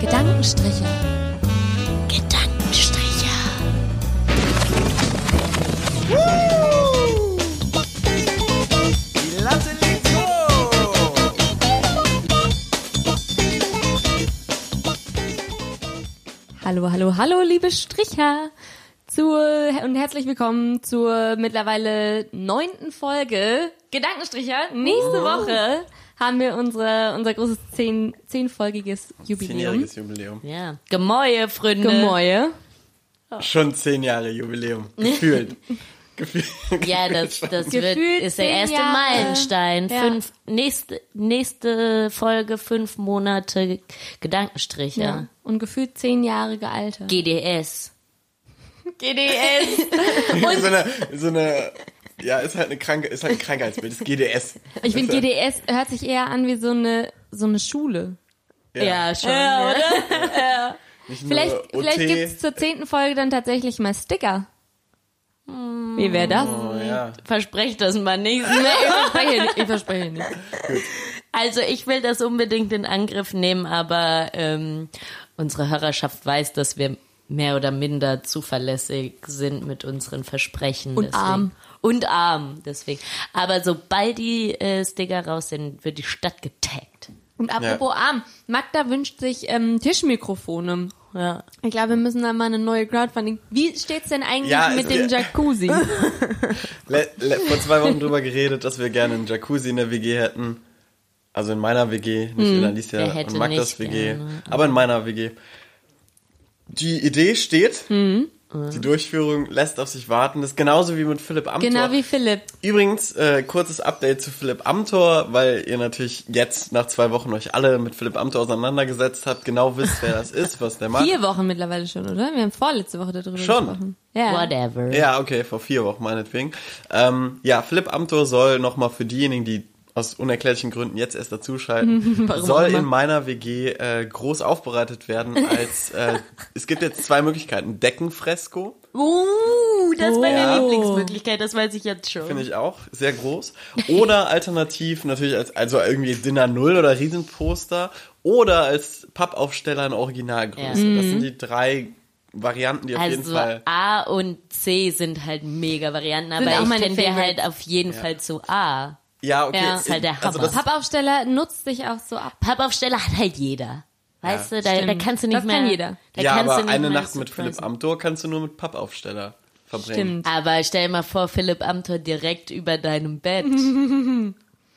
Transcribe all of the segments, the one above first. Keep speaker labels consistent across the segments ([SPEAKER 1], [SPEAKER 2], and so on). [SPEAKER 1] Gedankenstriche. Gedankenstriche.
[SPEAKER 2] Die Latte liegt hoch.
[SPEAKER 3] Hallo, hallo, hallo, liebe Stricher. Zur, und herzlich willkommen zur mittlerweile neunten Folge Gedankenstricher. Nächste Woche haben wir unsere, unser großes zehn, zehnfolgiges Jubiläum.
[SPEAKER 2] Zehnjähriges Jubiläum.
[SPEAKER 4] Ja. Gemäue, Freunde.
[SPEAKER 3] Gemäue.
[SPEAKER 2] Schon zehn Jahre Jubiläum. Gefühlt. Gefühlt.
[SPEAKER 4] Ja, das, das wird,
[SPEAKER 3] Gefühlt
[SPEAKER 4] ist der
[SPEAKER 3] zehn
[SPEAKER 4] erste
[SPEAKER 3] Jahre.
[SPEAKER 4] Meilenstein.
[SPEAKER 3] Ja.
[SPEAKER 4] Fünf, nächste, nächste Folge, fünf Monate Gedankenstriche.
[SPEAKER 3] Ja. Und gefühlt zehn Jahre gealtert.
[SPEAKER 4] GDS. GDS.
[SPEAKER 2] so eine, so eine, ja, ist halt eine kranke, ist halt ein Krankheitsbild. Ist GDS.
[SPEAKER 3] Ich finde,
[SPEAKER 2] Ist halt
[SPEAKER 3] GDS hört sich eher an wie so eine, so eine Schule.
[SPEAKER 2] Ja.
[SPEAKER 4] ja, schon.
[SPEAKER 2] Nicht
[SPEAKER 3] Vielleicht,
[SPEAKER 2] nur OT.
[SPEAKER 3] vielleicht gibt's zur zehnten Folge dann tatsächlich mal Sticker. Wie wäre das?
[SPEAKER 2] Oh, ja.
[SPEAKER 4] Versprecht das mal nicht.
[SPEAKER 3] Nee, ich verspreche nicht. Ich verspreche nicht.
[SPEAKER 4] Also ich will das unbedingt in Angriff nehmen, aber ähm, unsere Hörerschaft weiß, dass wir mehr oder minder zuverlässig sind mit unseren Versprechen.
[SPEAKER 3] Und
[SPEAKER 4] deswegen.
[SPEAKER 3] arm.
[SPEAKER 4] Und arm, deswegen. Aber sobald die äh, Sticker raus sind, wird die Stadt getaggt.
[SPEAKER 3] Und apropos arm, Magda wünscht sich ähm, Tischmikrofone.
[SPEAKER 4] Ja.
[SPEAKER 3] Ich glaube, wir müssen da mal eine neue Crowdfunding. Wie steht's denn eigentlich
[SPEAKER 2] Ja, also
[SPEAKER 3] mit
[SPEAKER 2] wir-
[SPEAKER 3] dem Jacuzzi?
[SPEAKER 2] Le le vor zwei Wochen drüber geredet, dass wir gerne einen Jacuzzi in der WG hätten. Also in meiner WG, nicht in Alicia
[SPEAKER 4] Wer hätte
[SPEAKER 2] und Magdas
[SPEAKER 4] nicht
[SPEAKER 2] WG,
[SPEAKER 4] gerne.
[SPEAKER 2] aber in meiner WG. Die Idee steht, die Durchführung lässt auf sich warten. Das ist genauso wie mit Philipp Amthor.
[SPEAKER 3] genau wie Philipp.
[SPEAKER 2] Übrigens, äh, kurzes Update zu Philipp Amthor, weil ihr natürlich jetzt nach zwei Wochen euch alle mit Philipp Amthor auseinandergesetzt habt, genau wisst, wer das ist, was der macht.
[SPEAKER 3] Vier Wochen mittlerweile schon, oder? Wir haben vorletzte Woche darüber
[SPEAKER 2] Schon.
[SPEAKER 3] gesprochen. Ja.
[SPEAKER 4] Whatever.
[SPEAKER 2] Ja, okay, vor vier Wochen meinetwegen. Ähm, ja, Philipp Amthor soll nochmal für diejenigen, die aus unerklärlichen Gründen jetzt erst dazuschalten,
[SPEAKER 3] Warum
[SPEAKER 2] soll
[SPEAKER 3] auch immer.
[SPEAKER 2] in meiner WG äh, groß aufbereitet werden als, äh, es gibt jetzt zwei Möglichkeiten, Deckenfresko,
[SPEAKER 4] Uh, das ist meine
[SPEAKER 2] Ja.
[SPEAKER 3] Oh.
[SPEAKER 4] Lieblingsmöglichkeit, das weiß ich jetzt schon.
[SPEAKER 2] finde ich auch, sehr groß, oder alternativ natürlich als, also irgendwie Dinner Null oder Riesenposter, oder als Pappaufsteller in Originalgröße. Das sind die drei Varianten, die auf jeden
[SPEAKER 4] Mhm. Also
[SPEAKER 2] Fall...
[SPEAKER 4] A und C sind halt mega Varianten,
[SPEAKER 3] auch
[SPEAKER 4] aber ich
[SPEAKER 3] meine
[SPEAKER 4] tendiere
[SPEAKER 3] Favorites.
[SPEAKER 4] halt auf jeden Fall zu A.
[SPEAKER 2] Ja, okay.
[SPEAKER 3] Ja. Ist
[SPEAKER 4] halt der
[SPEAKER 2] also
[SPEAKER 4] Hammer.
[SPEAKER 2] das,
[SPEAKER 3] Pappaufsteller nutzt sich auch so ab.
[SPEAKER 4] Pappaufsteller hat halt jeder. Weißt du, da, da
[SPEAKER 3] Stimmt.
[SPEAKER 4] kannst du nicht
[SPEAKER 3] Das
[SPEAKER 4] mehr.
[SPEAKER 3] kann jeder.
[SPEAKER 4] Da
[SPEAKER 2] ja,
[SPEAKER 4] kannst
[SPEAKER 2] aber
[SPEAKER 4] du nicht
[SPEAKER 2] eine
[SPEAKER 4] mehr
[SPEAKER 2] Nacht mit
[SPEAKER 4] surprisen.
[SPEAKER 2] Philipp Amthor kannst du nur mit Pappaufsteller verbringen.
[SPEAKER 3] Stimmt.
[SPEAKER 4] Aber stell mal vor, Philipp Amthor direkt über deinem Bett.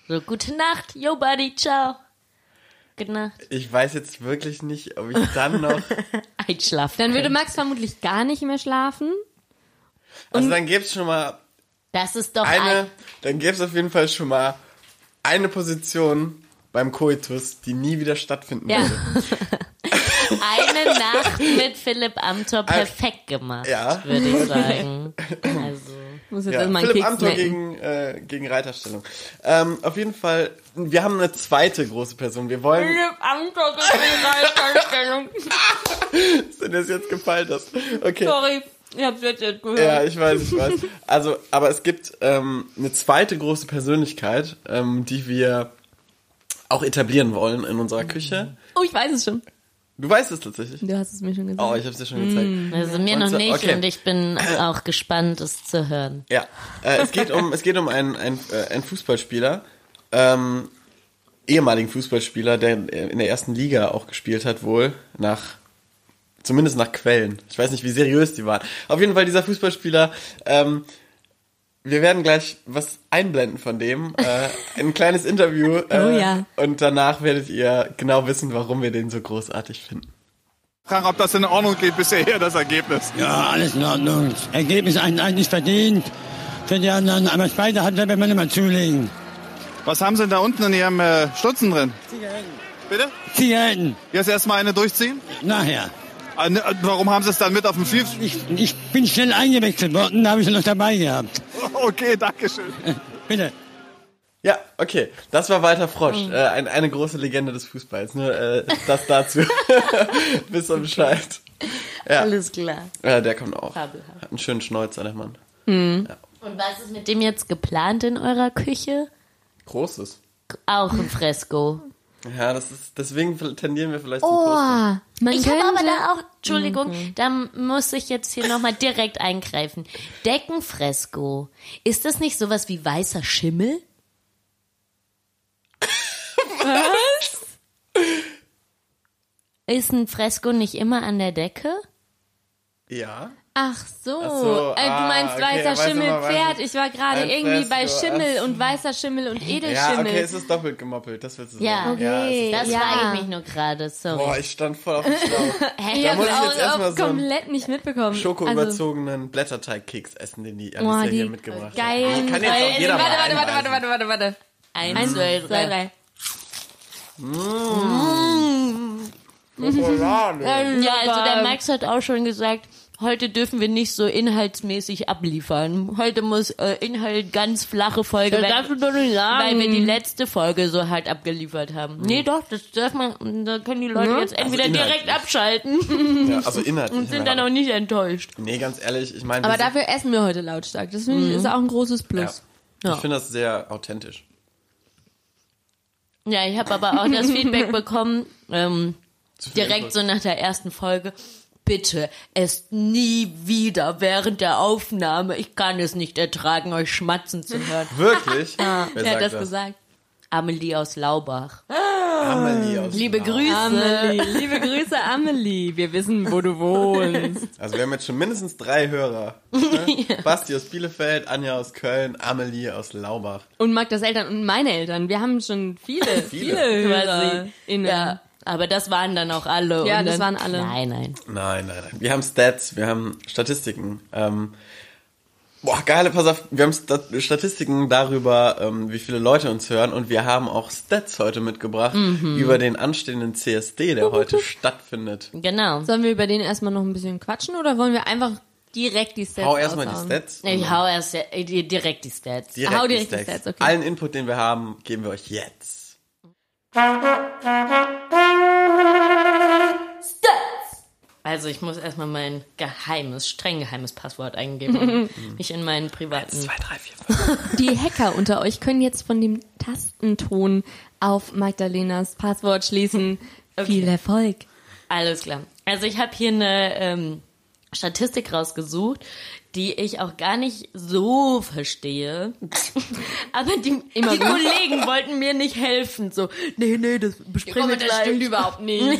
[SPEAKER 4] so, gute Nacht, yo buddy, ciao. Gute Nacht.
[SPEAKER 2] Ich weiß jetzt wirklich nicht, ob ich dann noch. Also
[SPEAKER 4] Einschlafen.
[SPEAKER 3] Dann würde
[SPEAKER 4] können.
[SPEAKER 3] Max vermutlich gar nicht mehr schlafen.
[SPEAKER 2] Also dann gäb's schon mal
[SPEAKER 4] Das ist doch
[SPEAKER 2] eine.
[SPEAKER 4] ein,
[SPEAKER 2] Dann gäb's auf jeden Fall schon mal eine Position beim Koitus, die nie wieder stattfinden
[SPEAKER 4] Ja.
[SPEAKER 2] würde.
[SPEAKER 4] eine Nacht mit Philipp Amthor perfekt gemacht,
[SPEAKER 2] Ja.
[SPEAKER 4] würde ich sagen. Also.
[SPEAKER 3] Muss jetzt
[SPEAKER 2] Ja.
[SPEAKER 3] erstmal einen
[SPEAKER 2] Philipp
[SPEAKER 3] Keks
[SPEAKER 2] Amthor
[SPEAKER 3] snacken.
[SPEAKER 2] gegen, äh, gegen Reiterstellung. Ähm, auf jeden Fall, wir haben eine zweite große Person. Wir wollen.
[SPEAKER 4] Philipp Amthor gegen
[SPEAKER 2] Sind das jetzt gefallen, das? Okay.
[SPEAKER 4] Sorry, ich hab's jetzt jetzt gehört.
[SPEAKER 2] Ja, ich weiß, ich weiß. Also, aber es gibt ähm, eine zweite große Persönlichkeit, ähm, die wir auch etablieren wollen in unserer Küche.
[SPEAKER 3] Oh, ich weiß es schon.
[SPEAKER 2] Du weißt es tatsächlich.
[SPEAKER 3] Du hast es mir schon gesagt.
[SPEAKER 2] Oh, ich hab's dir schon gezeigt.
[SPEAKER 4] Also mir
[SPEAKER 2] Und
[SPEAKER 4] noch
[SPEAKER 2] so-
[SPEAKER 4] nicht
[SPEAKER 2] okay.
[SPEAKER 4] und ich bin auch gespannt, es zu hören.
[SPEAKER 2] Ja, äh, es geht um, es geht um einen, einen, äh, einen Fußballspieler, ähm, ehemaligen Fußballspieler, der in der ersten Liga auch gespielt hat, wohl nach zumindest nach Quellen. Ich weiß nicht, wie seriös die waren. Auf jeden Fall dieser Fußballspieler. Ähm, wir werden gleich was einblenden von dem, äh, ein kleines Interview. Äh,
[SPEAKER 3] Oh ja.
[SPEAKER 2] Und danach werdet ihr genau wissen, warum wir den so großartig finden.
[SPEAKER 5] fragen, ob das in Ordnung geht bisher, das Ergebnis.
[SPEAKER 6] Ja, alles in Ordnung. Ergebnis einen eigentlich verdient. Für die anderen. Aber Speicher hat werden wir immer zulegen.
[SPEAKER 5] Was haben Sie denn da unten in Ihrem äh, Stutzen drin? Bitte?
[SPEAKER 6] Zigaretten.
[SPEAKER 5] Jetzt erstmal eine durchziehen?
[SPEAKER 6] Nachher.
[SPEAKER 5] Ah, ne, äh, Warum haben Sie es dann mit auf dem Fief?
[SPEAKER 6] Ich, ich bin schnell eingewechselt worden. Da habe ich sie noch dabei gehabt.
[SPEAKER 5] Okay, danke schön.
[SPEAKER 6] Bitte.
[SPEAKER 2] Ja, okay. Das war Walter
[SPEAKER 4] Mhm.
[SPEAKER 2] Frosch. Äh, ein, eine große Legende des Fußballs. Nur äh, das dazu. Bis zum Bescheid.
[SPEAKER 4] Alles klar.
[SPEAKER 2] Äh, der kommt auch. Hat
[SPEAKER 4] Fabelhaft.
[SPEAKER 2] einen schönen Schnäuzer, der Mann.
[SPEAKER 4] Und was ist mit dem jetzt geplant in eurer Küche?
[SPEAKER 2] Großes.
[SPEAKER 4] Auch ein Fresko.
[SPEAKER 2] Ja, das ist, deswegen tendieren wir vielleicht zum
[SPEAKER 3] Oh,
[SPEAKER 2] Poster.
[SPEAKER 3] man
[SPEAKER 4] Ich mhm. habe
[SPEAKER 3] könnte...
[SPEAKER 4] aber da auch, Entschuldigung, da muss ich jetzt hier nochmal direkt eingreifen. Deckenfresko. Ist das nicht sowas wie weißer Schimmel? Was? Ist ein Fresko nicht immer an der Decke?
[SPEAKER 2] Ja.
[SPEAKER 3] Ach so,
[SPEAKER 2] Ach so,
[SPEAKER 3] Äh, du
[SPEAKER 2] ah,
[SPEAKER 3] meinst
[SPEAKER 2] okay,
[SPEAKER 3] weißer
[SPEAKER 2] weiß
[SPEAKER 3] Schimmel,
[SPEAKER 2] immer, weiß
[SPEAKER 3] Pferd.
[SPEAKER 2] ich.
[SPEAKER 3] Ich war gerade
[SPEAKER 2] Ein
[SPEAKER 3] irgendwie bei
[SPEAKER 2] Fresko,
[SPEAKER 3] Schimmel und weißer Schimmel und
[SPEAKER 2] Ja,
[SPEAKER 3] Edelschimmel.
[SPEAKER 2] okay, es ist doppelt gemoppelt, das willst du
[SPEAKER 4] Ja.
[SPEAKER 2] sagen. Ja, es ist
[SPEAKER 3] Okay.
[SPEAKER 4] Das
[SPEAKER 3] Ja.
[SPEAKER 4] frage ich mich nur gerade, sorry.
[SPEAKER 2] Boah, ich stand voll auf dem Schlauch.
[SPEAKER 4] Hä?
[SPEAKER 3] ich
[SPEAKER 2] Da
[SPEAKER 3] habe
[SPEAKER 2] muss ich
[SPEAKER 3] auch
[SPEAKER 2] jetzt erstmal so einen
[SPEAKER 3] komplett nicht mitbekommen. Also,
[SPEAKER 2] schokoüberzogenen Blätterteigkeks essen, den die
[SPEAKER 3] Boah,
[SPEAKER 2] Alicia hier
[SPEAKER 3] die
[SPEAKER 2] mitgebracht hat.
[SPEAKER 3] geilen-
[SPEAKER 2] Die kann jetzt auch
[SPEAKER 4] Ey,
[SPEAKER 2] jeder also.
[SPEAKER 3] warte,
[SPEAKER 2] mal
[SPEAKER 3] warte, warte,
[SPEAKER 2] einbeißen.
[SPEAKER 3] warte, warte, warte, warte.
[SPEAKER 4] Eins, zwei,
[SPEAKER 3] Zwei,
[SPEAKER 4] drei.
[SPEAKER 3] drei.
[SPEAKER 4] Ja, also der Max hat auch schon gesagt, heute dürfen wir nicht so inhaltsmäßig abliefern. Heute muss äh, Inhalt ganz flache Folge werden. Weil wir die letzte Folge so halt abgeliefert haben. Nee, doch, das darf man, da können die Leute
[SPEAKER 3] Ne?
[SPEAKER 4] jetzt entweder
[SPEAKER 2] inhaltlich.
[SPEAKER 4] direkt abschalten
[SPEAKER 2] Ja, also inhaltlich.
[SPEAKER 4] und sind dann auch nicht enttäuscht.
[SPEAKER 2] nee, ganz ehrlich, ich meine,
[SPEAKER 3] Aber
[SPEAKER 2] wir
[SPEAKER 3] dafür essen wir heute lautstark. Das finde ich ist auch ein großes Plus.
[SPEAKER 2] sind- Mhm. ja.
[SPEAKER 4] Ja.
[SPEAKER 2] ich finde das sehr authentisch.
[SPEAKER 4] Ja, ich habe aber auch das Feedback bekommen, ähm, direkt so nach der ersten Folge. Bitte, esst nie wieder während der Aufnahme. Ich kann es nicht ertragen, euch schmatzen zu hören.
[SPEAKER 2] Wirklich? Wer
[SPEAKER 4] Wer
[SPEAKER 2] sagt
[SPEAKER 4] hat das gesagt? Amelie aus Laubach. Genau.
[SPEAKER 2] Amelie aus
[SPEAKER 4] Liebe
[SPEAKER 2] Laubach.
[SPEAKER 4] Grüße.
[SPEAKER 3] Amelie, liebe Grüße, Amelie. Wir wissen, wo du wohnst.
[SPEAKER 2] Also wir haben jetzt schon mindestens drei Hörer. Ne? Basti aus Bielefeld, Anja aus Köln, Amelie aus Laubach.
[SPEAKER 3] Und mag das Eltern und meine Eltern. Wir haben schon viele, viele,
[SPEAKER 2] Viele.
[SPEAKER 3] Hörer.
[SPEAKER 4] Ja, aber das waren dann auch alle.
[SPEAKER 3] Ja,
[SPEAKER 4] und
[SPEAKER 3] das waren
[SPEAKER 4] dann,
[SPEAKER 3] alle.
[SPEAKER 4] Nein, nein.
[SPEAKER 2] Nein, nein, nein. Wir haben Stats, wir haben Statistiken. Ähm, boah, geile, pass auf. Wir haben Stat Statistiken darüber, ähm, wie viele Leute uns hören. Und wir haben auch Stats heute mitgebracht
[SPEAKER 4] Mhm.
[SPEAKER 2] über den anstehenden CSD, der heute stattfindet.
[SPEAKER 4] Genau.
[SPEAKER 3] Sollen wir über den erstmal noch ein bisschen quatschen oder wollen wir einfach direkt die Stats
[SPEAKER 2] Hau erstmal die
[SPEAKER 3] raushauen?
[SPEAKER 2] Stats.
[SPEAKER 4] Ich hau erst ja, äh, die- direkt die Stats.
[SPEAKER 2] Direkt,
[SPEAKER 3] hau
[SPEAKER 2] die
[SPEAKER 3] direkt die
[SPEAKER 2] Stats.
[SPEAKER 3] Stats, okay.
[SPEAKER 2] Allen Input, den wir haben, geben wir euch jetzt.
[SPEAKER 4] Also ich muss erstmal mein geheimes, streng geheimes Passwort eingeben. und mich in meinen privaten.
[SPEAKER 2] Zwei, drei, vier, fünf.
[SPEAKER 3] Die Hacker unter euch können jetzt von dem Tastenton auf Magdalenas Passwort schließen. Viel Erfolg.
[SPEAKER 4] Alles klar. Also ich habe hier eine ähm, Statistik rausgesucht, die ich auch gar nicht so verstehe. Aber die,
[SPEAKER 3] Immer
[SPEAKER 4] die
[SPEAKER 3] gut.
[SPEAKER 4] Kollegen wollten mir nicht helfen. So, nee, nee, das besprechen wir gleich.
[SPEAKER 3] überhaupt
[SPEAKER 4] Das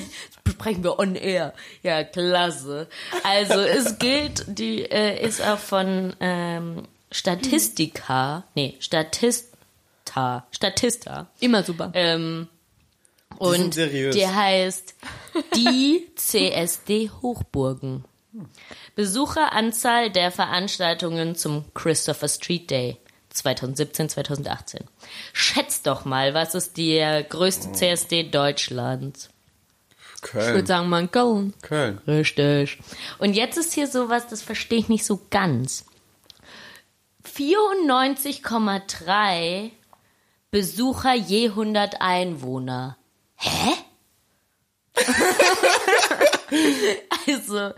[SPEAKER 4] Besprechen wir on air. Ja, klasse. Also es gilt, die äh, ist auch von ähm, Statistika, nee, Statista, Statista.
[SPEAKER 3] Immer super.
[SPEAKER 4] Ähm,
[SPEAKER 2] sind
[SPEAKER 4] und
[SPEAKER 2] seriös.
[SPEAKER 4] die heißt die CSD Hochburgen. Besucheranzahl der Veranstaltungen zum Christopher Street Day 2017, 2018. Schätzt doch mal, was ist der größte CSD Deutschlands?
[SPEAKER 3] ich
[SPEAKER 2] Köln.
[SPEAKER 3] würde sagen, mal Köln.
[SPEAKER 2] Köln.
[SPEAKER 4] Richtig. Und jetzt ist hier sowas, das verstehe ich nicht so ganz. 94,3 Besucher je 100 Einwohner. Hä? also,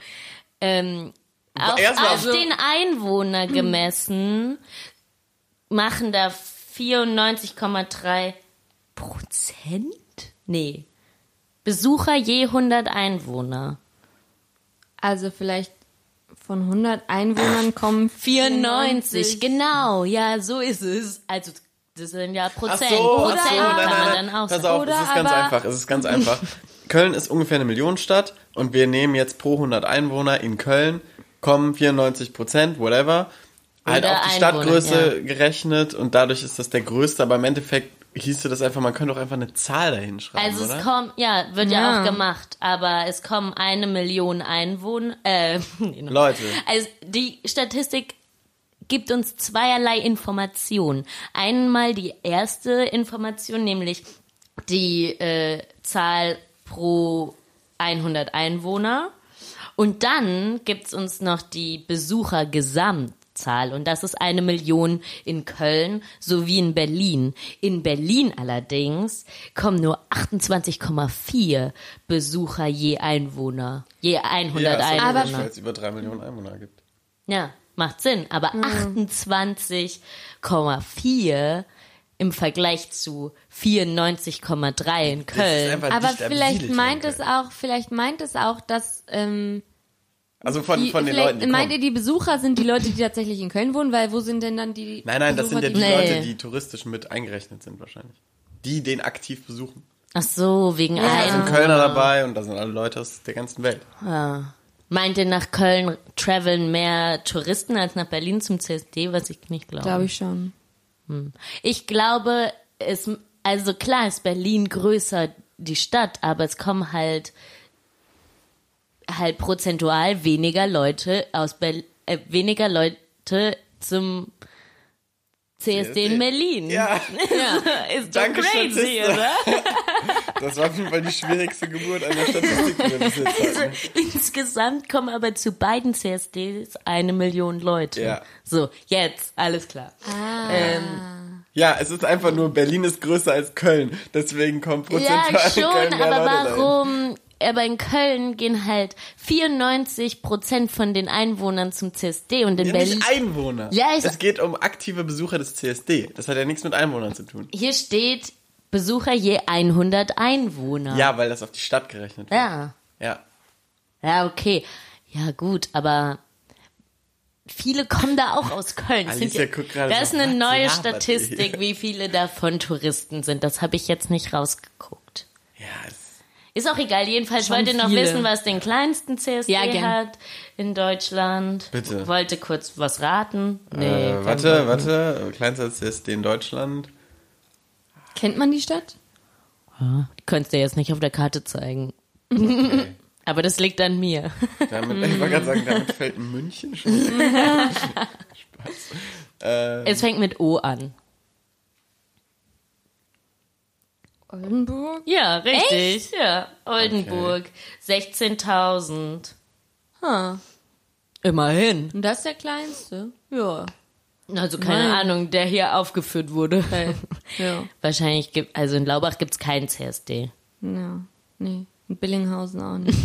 [SPEAKER 4] ähm, auf,
[SPEAKER 2] Erstmal-
[SPEAKER 4] auf den Einwohner gemessen machen da 94,3 Prozent? Nee. Besucher je 100 Einwohner.
[SPEAKER 3] Also vielleicht von 100 Einwohnern kommen
[SPEAKER 4] 94, genau, ja, so ist es. Also das sind ja Prozent. Prozent kann man dann auch
[SPEAKER 2] Pass
[SPEAKER 4] sagen.
[SPEAKER 2] auf, es
[SPEAKER 3] Oder
[SPEAKER 2] ist ganz
[SPEAKER 3] aber-
[SPEAKER 2] einfach. Es ist ganz einfach. Köln ist ungefähr eine Millionenstadt und wir nehmen jetzt pro 100 Einwohner in Köln kommen 94 Prozent, whatever, halt auf
[SPEAKER 4] Oder
[SPEAKER 2] die
[SPEAKER 4] Einwohner,
[SPEAKER 2] Stadtgröße gerechnet und dadurch ist das der größte. Aber im Endeffekt hieße das einfach, man könnte auch einfach eine Zahl dahin schreiben,
[SPEAKER 4] Also
[SPEAKER 2] oder?
[SPEAKER 4] es kommen, ja, wird ja.
[SPEAKER 3] Ja.
[SPEAKER 4] auch gemacht, aber es kommen eine Million Einwohner, äh, nee, noch-
[SPEAKER 2] Leute.
[SPEAKER 4] Also die Statistik gibt uns zweierlei Informationen. Einmal die erste Information, nämlich die äh, Zahl pro 100 Einwohner. Und dann gibt's uns noch die Besuchergesamtzahl. Und das ist eine Million in Köln sowie in Berlin. In Berlin allerdings kommen nur 28,4 Besucher je Einwohner. Je 100
[SPEAKER 2] ja,
[SPEAKER 4] Einwohner.
[SPEAKER 2] aber weil es über drei Millionen Einwohner gibt.
[SPEAKER 4] Ja, macht Sinn. Aber 28,4 im Vergleich zu 94,3 in Köln.
[SPEAKER 2] einfach
[SPEAKER 3] Aber
[SPEAKER 2] dicht am
[SPEAKER 3] vielleicht
[SPEAKER 2] Siedel
[SPEAKER 3] meint
[SPEAKER 2] drin.
[SPEAKER 3] es auch, vielleicht meint es auch, dass ähm,
[SPEAKER 2] Also von,
[SPEAKER 3] die,
[SPEAKER 2] von den
[SPEAKER 3] vielleicht
[SPEAKER 2] Leuten, die
[SPEAKER 3] meint
[SPEAKER 2] kommen.
[SPEAKER 3] ihr, die Besucher sind die Leute, die tatsächlich in Köln wohnen, weil wo sind denn dann die
[SPEAKER 2] Nein, nein, das
[SPEAKER 3] Besucher,
[SPEAKER 2] sind ja die
[SPEAKER 4] Nee.
[SPEAKER 2] Leute, die touristisch mit eingerechnet sind wahrscheinlich. Die den aktiv besuchen.
[SPEAKER 4] Ach so, wegen
[SPEAKER 2] Da
[SPEAKER 4] einem.
[SPEAKER 2] sind Kölner dabei und da sind alle Leute aus der ganzen Welt.
[SPEAKER 4] Meint ihr, nach Köln traveln mehr Touristen als nach Berlin zum CSD, was ich nicht glaube?
[SPEAKER 3] Glaube ich schon.
[SPEAKER 4] Ich glaube, es, also klar ist Berlin größer, die Stadt, aber es kommen halt, halt prozentual weniger Leute aus Berlin, äh, weniger Leute zum CSD in
[SPEAKER 2] CSD.
[SPEAKER 4] Berlin.
[SPEAKER 2] Ja,
[SPEAKER 4] Ist doch
[SPEAKER 2] Danke,
[SPEAKER 4] crazy,
[SPEAKER 2] Statista.
[SPEAKER 4] oder?
[SPEAKER 2] das war auf jeden Fall die schwierigste Geburt einer Statistik, die wir bis jetzt hatten.
[SPEAKER 4] Insgesamt kommen aber zu beiden CSDs eine Million Leute.
[SPEAKER 2] Ja.
[SPEAKER 4] So, jetzt, alles klar. Ähm,
[SPEAKER 2] Ja, es ist einfach nur, Berlin ist größer als Köln. Deswegen kommt prozentual
[SPEAKER 4] Ja,
[SPEAKER 2] in Köln
[SPEAKER 4] schon,
[SPEAKER 2] mehr
[SPEAKER 4] aber
[SPEAKER 2] Leute dahin.
[SPEAKER 4] warum? Aber in Köln gehen halt 94 Prozent von den Einwohnern zum CSD und in
[SPEAKER 2] Ja,
[SPEAKER 4] Berlin.
[SPEAKER 2] nicht Einwohner.
[SPEAKER 4] Ja, ich-
[SPEAKER 2] es geht um aktive Besucher des CSD. Das hat ja nichts mit Einwohnern zu tun.
[SPEAKER 4] Hier steht Besucher je 100 Einwohner.
[SPEAKER 2] Ja, weil das auf die Stadt gerechnet wird.
[SPEAKER 4] Ja.
[SPEAKER 2] Ja.
[SPEAKER 4] Ja, okay. Ja, gut, aber viele kommen da auch aus Köln. Es
[SPEAKER 2] Alicia guckt gerade
[SPEAKER 4] da
[SPEAKER 2] so,
[SPEAKER 4] ist eine
[SPEAKER 2] was
[SPEAKER 4] neue
[SPEAKER 2] labert die
[SPEAKER 4] Statistik,
[SPEAKER 2] hier?
[SPEAKER 4] wie viele davon Touristen sind. Das habe ich jetzt nicht rausgeguckt.
[SPEAKER 2] Ja, es,
[SPEAKER 4] Ist auch egal. Jedenfalls
[SPEAKER 3] Schon
[SPEAKER 4] wollt ihr noch
[SPEAKER 3] viele.
[SPEAKER 4] wissen, was den kleinsten CSD
[SPEAKER 3] Ja, gern.
[SPEAKER 4] hat in Deutschland.
[SPEAKER 2] Bitte.
[SPEAKER 4] Wollte kurz was raten. Nee,
[SPEAKER 2] äh,
[SPEAKER 4] kein
[SPEAKER 2] warte,
[SPEAKER 4] Bock.
[SPEAKER 2] warte. Kleinster CSD in Deutschland.
[SPEAKER 3] Kennt man die Stadt?
[SPEAKER 4] Könntest du jetzt nicht auf der Karte zeigen. Aber das liegt an mir.
[SPEAKER 2] Damit, ich wollte gerade sagen, damit fällt München schon. Ähm.
[SPEAKER 4] Es fängt mit O an.
[SPEAKER 3] Oldenburg?
[SPEAKER 4] Ja, richtig. Ja, Oldenburg. 16.000.
[SPEAKER 3] Huh.
[SPEAKER 4] Immerhin.
[SPEAKER 3] Ah, Und das ist der kleinste? Ja.
[SPEAKER 4] Also keine
[SPEAKER 3] Nein.
[SPEAKER 4] Ahnung, der hier aufgeführt wurde.
[SPEAKER 3] Ja.
[SPEAKER 4] Wahrscheinlich gibt, also in Laubach gibt's keinen CSD.
[SPEAKER 3] Ja. Nee. Und Billinghausen auch nicht.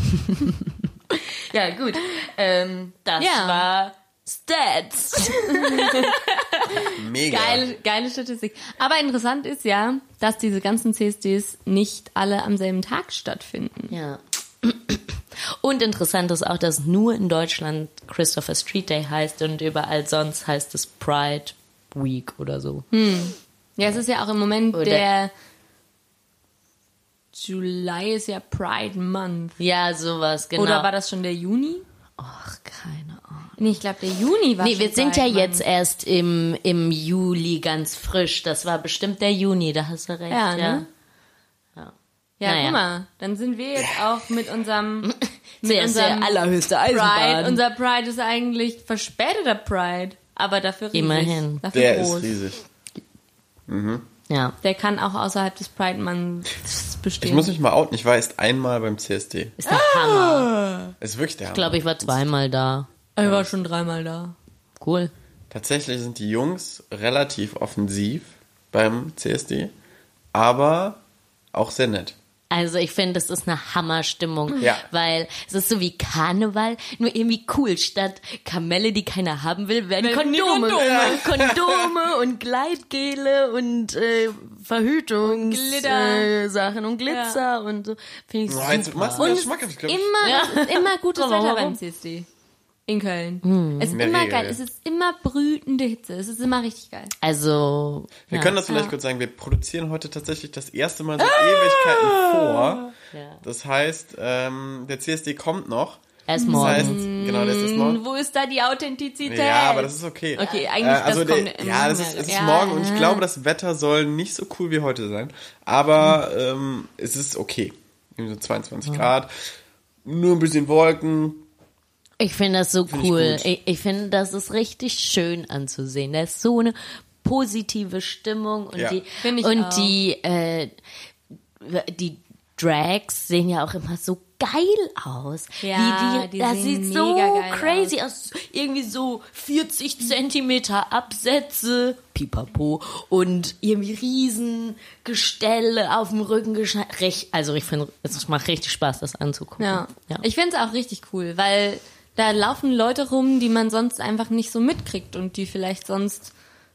[SPEAKER 4] Ja, gut. Ähm, das
[SPEAKER 3] Ja.
[SPEAKER 4] war Stats.
[SPEAKER 2] Mega.
[SPEAKER 3] Geile, geile Statistik. Aber interessant ist ja, dass diese ganzen CSDs nicht alle am selben Tag stattfinden.
[SPEAKER 4] Ja. Und interessant ist auch, dass nur in Deutschland Christopher Street Day heißt und überall sonst heißt es Pride Week oder so.
[SPEAKER 3] Hm. Ja, es ist ja auch im Moment
[SPEAKER 4] Oder-
[SPEAKER 3] der July ist ja Pride Month.
[SPEAKER 4] Ja, sowas, genau.
[SPEAKER 3] Oder war das schon der Juni?
[SPEAKER 4] Ach, keine Ahnung.
[SPEAKER 3] Nee, ich glaube der Juni war
[SPEAKER 4] Nee,
[SPEAKER 3] schon
[SPEAKER 4] wir sind ja
[SPEAKER 3] Pride
[SPEAKER 4] jetzt
[SPEAKER 3] Month.
[SPEAKER 4] erst im, im Juli ganz frisch. Das war bestimmt der Juni, da hast du recht.
[SPEAKER 3] Ja,
[SPEAKER 4] Ja,
[SPEAKER 3] ne? Ja,
[SPEAKER 4] naja.
[SPEAKER 3] guck mal, dann sind wir jetzt auch mit unserem mit
[SPEAKER 4] Zuerst der
[SPEAKER 3] unserem
[SPEAKER 4] allerhöchste
[SPEAKER 3] Pride.
[SPEAKER 4] Eisenbahn.
[SPEAKER 3] Unser Pride ist eigentlich verspäteter Pride, aber dafür riesig.
[SPEAKER 4] Immerhin.
[SPEAKER 3] Dafür
[SPEAKER 2] Der
[SPEAKER 3] groß.
[SPEAKER 2] ist riesig.
[SPEAKER 4] Ja.
[SPEAKER 3] Der kann auch außerhalb des Pride Months bestehen.
[SPEAKER 2] Ich muss mich mal outen, ich war erst einmal beim CSD.
[SPEAKER 4] Ist der
[SPEAKER 3] Ah!
[SPEAKER 4] Hammer.
[SPEAKER 2] Ist wirklich der
[SPEAKER 4] Ich glaube, ich war zweimal da.
[SPEAKER 3] ich war schon dreimal da.
[SPEAKER 4] Cool.
[SPEAKER 2] Tatsächlich sind die Jungs relativ offensiv beim CSD, aber auch sehr nett.
[SPEAKER 4] Also ich finde, das ist eine Hammerstimmung,
[SPEAKER 2] Ja.
[SPEAKER 4] weil es ist so wie Karneval, nur irgendwie cool. Statt Kamelle, die keiner haben will, werden
[SPEAKER 3] Werden die
[SPEAKER 4] Kondome.
[SPEAKER 3] Kondome.
[SPEAKER 4] Kondome und Gleitgele und äh, Verhütungs-
[SPEAKER 3] Und Glitter.
[SPEAKER 4] Äh, Sachen und Glitzer und so. Finde ich
[SPEAKER 2] Oh,
[SPEAKER 4] super.
[SPEAKER 2] jetzt machst du
[SPEAKER 3] Und
[SPEAKER 2] das
[SPEAKER 3] es
[SPEAKER 2] schmackhaft, glaube ich.
[SPEAKER 3] Immer, es ist immer gutes
[SPEAKER 4] Warum? Hm.
[SPEAKER 3] Wetter beim CSD. In Köln. Es ist
[SPEAKER 2] der
[SPEAKER 3] immer
[SPEAKER 2] Regel,
[SPEAKER 3] geil.
[SPEAKER 2] ja.
[SPEAKER 3] Es ist immer brütende Hitze. Es ist immer richtig geil.
[SPEAKER 4] Also,
[SPEAKER 2] Wir
[SPEAKER 4] ja.
[SPEAKER 2] können das vielleicht kurz sagen, wir produzieren heute tatsächlich das erste Mal seit Ewigkeiten vor.
[SPEAKER 4] Ja.
[SPEAKER 2] Das heißt, ähm, der CSD kommt noch.
[SPEAKER 4] erst
[SPEAKER 2] Das
[SPEAKER 4] morgen.
[SPEAKER 2] heißt, genau, das ist
[SPEAKER 3] Und
[SPEAKER 2] morgen.
[SPEAKER 3] wo ist da die Authentizität?
[SPEAKER 2] Ja, aber das ist okay.
[SPEAKER 3] Okay, eigentlich,
[SPEAKER 2] Äh, also
[SPEAKER 3] das
[SPEAKER 2] der-
[SPEAKER 3] kommt im
[SPEAKER 2] Ja, das ist,
[SPEAKER 3] Monat.
[SPEAKER 2] es ist
[SPEAKER 3] Ja.
[SPEAKER 2] morgen und ich glaube, das Wetter soll nicht so cool wie heute sein. Aber ähm, es ist okay. Irgendwie so 22 Grad, nur ein bisschen Wolken.
[SPEAKER 4] Ich finde das so
[SPEAKER 2] ich
[SPEAKER 4] cool.
[SPEAKER 2] gut.
[SPEAKER 4] Ich, ich finde, das ist richtig schön anzusehen. Da ist so eine positive Stimmung und
[SPEAKER 2] Ja.
[SPEAKER 4] die
[SPEAKER 3] Finde ich
[SPEAKER 4] und
[SPEAKER 3] auch.
[SPEAKER 4] die äh, die Drags sehen ja auch immer so geil aus.
[SPEAKER 3] Ja,
[SPEAKER 4] Wie
[SPEAKER 3] die
[SPEAKER 4] das
[SPEAKER 3] sehen
[SPEAKER 4] sieht
[SPEAKER 3] mega
[SPEAKER 4] so
[SPEAKER 3] geil
[SPEAKER 4] crazy aus. Irgendwie so 40 Zentimeter Absätze, pipapo, und irgendwie riesen Gestelle auf dem Rücken geschneit. Rech- Also ich finde, es macht richtig Spaß, das anzugucken.
[SPEAKER 3] Ja. Ich find's auch richtig cool, weil da laufen Leute rum, die man sonst einfach nicht so mitkriegt und die vielleicht sonst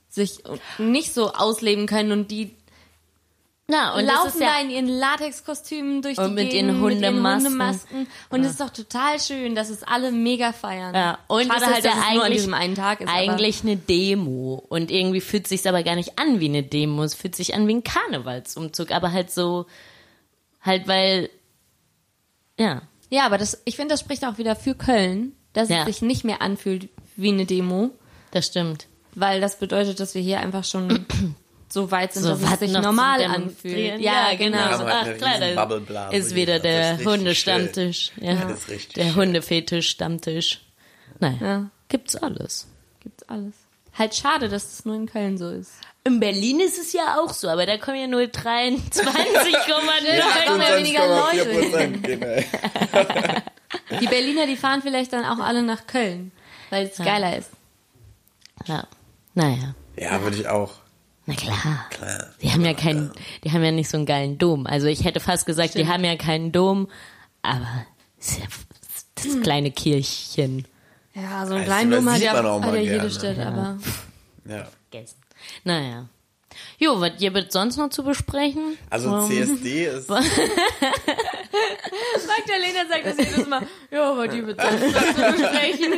[SPEAKER 3] sich nicht so ausleben können und die
[SPEAKER 4] Na, und das
[SPEAKER 3] laufen
[SPEAKER 4] ist ja,
[SPEAKER 3] da in ihren Latexkostümen durch
[SPEAKER 4] Und
[SPEAKER 3] die
[SPEAKER 4] mit
[SPEAKER 3] Gegend,
[SPEAKER 4] ihren Hundemasken.
[SPEAKER 3] Hundemasken. Und es ist doch total schön, dass es alle mega feiern.
[SPEAKER 4] Ja, und
[SPEAKER 3] Schade
[SPEAKER 4] es ist
[SPEAKER 3] halt,
[SPEAKER 4] ja
[SPEAKER 3] dass es nur an
[SPEAKER 4] eigentlich-
[SPEAKER 3] diesem einen Tag ist. aber-
[SPEAKER 4] eigentlich eine Demo. Und irgendwie fühlt sich's aber gar nicht an wie eine Demo. Es fühlt sich an wie ein Karnevalsumzug, aber halt so, halt weil, ja.
[SPEAKER 3] Ja, aber das, ich finde, das spricht auch wieder für Köln, dass
[SPEAKER 4] Ja.
[SPEAKER 3] es sich nicht mehr anfühlt wie eine Demo,
[SPEAKER 4] Das stimmt.
[SPEAKER 3] weil das bedeutet, dass wir hier einfach schon so weit sind,
[SPEAKER 4] So
[SPEAKER 3] dass es
[SPEAKER 4] was
[SPEAKER 3] sich
[SPEAKER 4] noch zu
[SPEAKER 3] normal
[SPEAKER 4] demonstrieren.
[SPEAKER 3] anfühlt.
[SPEAKER 4] Ja, genau.
[SPEAKER 2] Wir haben
[SPEAKER 4] Also,
[SPEAKER 2] halt
[SPEAKER 4] ach,
[SPEAKER 2] eine
[SPEAKER 4] klar,
[SPEAKER 2] riesen
[SPEAKER 4] da
[SPEAKER 2] Bubbleblase
[SPEAKER 4] Ist
[SPEAKER 2] hier.
[SPEAKER 4] wieder
[SPEAKER 2] Das ist
[SPEAKER 4] der
[SPEAKER 2] richtig
[SPEAKER 4] Hundestammtisch. Ja.
[SPEAKER 2] das ist richtig
[SPEAKER 4] der
[SPEAKER 2] schön.
[SPEAKER 4] Hundefetisch-Stammtisch. Naja,
[SPEAKER 3] Ja.
[SPEAKER 4] gibt's alles.
[SPEAKER 3] Gibt's alles. Halt schade, dass es nur in Köln so ist.
[SPEAKER 4] In Berlin ist es ja auch so, aber da kommen ja nur 23,9.
[SPEAKER 3] kommen ja weniger Leute.
[SPEAKER 2] 28,4%, genau.
[SPEAKER 3] Die Berliner, die fahren vielleicht dann auch alle nach Köln, weil es geiler ist.
[SPEAKER 4] ja. Naja,
[SPEAKER 2] Ja, würde ich auch.
[SPEAKER 4] na klar.
[SPEAKER 2] Klar.
[SPEAKER 4] Die haben ja keinen, die haben ja nicht so einen geilen Dom. Also ich hätte fast gesagt, die haben ja keinen Dom, aber ist ja
[SPEAKER 2] Hm.
[SPEAKER 4] das kleine Kirchchen.
[SPEAKER 3] Ja, so einen
[SPEAKER 2] Also,
[SPEAKER 3] kleinen
[SPEAKER 2] das
[SPEAKER 3] Dom hat
[SPEAKER 2] sieht
[SPEAKER 3] ja,
[SPEAKER 2] man auch mal
[SPEAKER 3] hat ja jede
[SPEAKER 2] gerne.
[SPEAKER 3] Stadt, aber
[SPEAKER 2] Ja.
[SPEAKER 4] Vergessen. Naja. Jo, was gibt sonst noch zu besprechen?
[SPEAKER 2] Also CSD ist.
[SPEAKER 3] Magdalena sagt das jedes Mal, ja, aber die wird sonst was zu besprechen.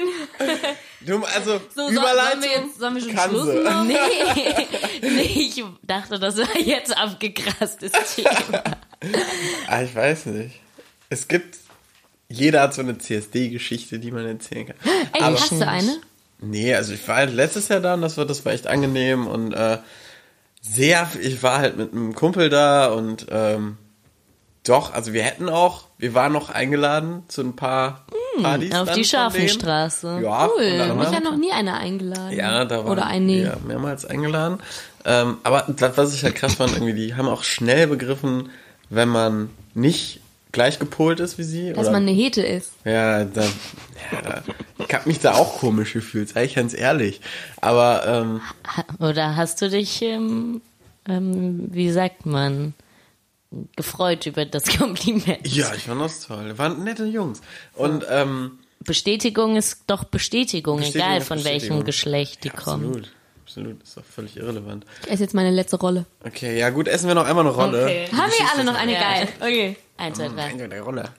[SPEAKER 2] Du, also
[SPEAKER 3] So, so, sollen
[SPEAKER 2] Überleitung.
[SPEAKER 3] wir jetzt, sollen wir schon
[SPEAKER 2] kann
[SPEAKER 3] Schluss
[SPEAKER 2] sie.
[SPEAKER 3] machen?
[SPEAKER 4] Nee, nee, ich dachte, das war jetzt abgegrasstes Thema.
[SPEAKER 2] Ah, ich weiß nicht. Es gibt. Jeder hat so eine CSD-Geschichte, die man erzählen kann.
[SPEAKER 3] Ey,
[SPEAKER 2] Aber-
[SPEAKER 3] hast du eine?
[SPEAKER 2] Nee, also ich war halt letztes Jahr da und das war, das war echt angenehm und äh, sehr, ich war halt mit einem Kumpel da und ähm, doch, also wir hätten auch, wir waren noch eingeladen zu ein paar
[SPEAKER 3] Hm,
[SPEAKER 2] Partys.
[SPEAKER 4] Auf
[SPEAKER 2] dann
[SPEAKER 4] die
[SPEAKER 2] von
[SPEAKER 4] Scharfenstraße.
[SPEAKER 2] denen. Ja,
[SPEAKER 3] Cool,
[SPEAKER 2] und dann
[SPEAKER 3] mich
[SPEAKER 2] haben-
[SPEAKER 3] hat noch nie einer eingeladen.
[SPEAKER 2] ja, da waren
[SPEAKER 3] Oder ein, nee.
[SPEAKER 2] wir mehrmals eingeladen. Ähm, aber das, was ich halt krass fand, irgendwie, die haben auch schnell begriffen, wenn man nicht gleich gepolt ist wie sie.
[SPEAKER 3] Dass
[SPEAKER 2] oder
[SPEAKER 3] man eine Hete ist.
[SPEAKER 2] ja, da, ja, da, ich hab mich da auch komisch gefühlt, sag ich ganz ehrlich. Aber ähm,
[SPEAKER 4] Ha- Oder hast du dich, ähm, ähm, wie sagt man, gefreut über das Kompliment?
[SPEAKER 2] ja, ich fand das toll. Waren nette Jungs. Und ähm,
[SPEAKER 4] Bestätigung ist doch Bestätigung,
[SPEAKER 2] Bestätigung
[SPEAKER 4] egal
[SPEAKER 2] auf
[SPEAKER 4] von
[SPEAKER 2] Bestätigung.
[SPEAKER 4] welchem Geschlecht die
[SPEAKER 2] ja,
[SPEAKER 4] kommen.
[SPEAKER 2] Absolut, absolut. Ist doch völlig irrelevant.
[SPEAKER 3] Ich esse jetzt meine letzte Rolle.
[SPEAKER 2] Okay, ja gut, essen wir noch einmal eine Rolle.
[SPEAKER 4] Okay.
[SPEAKER 3] Haben wir alle noch eine
[SPEAKER 4] Ja.
[SPEAKER 3] geil? Okay.
[SPEAKER 4] Eins, zwei, drei.
[SPEAKER 2] Eine Rolle.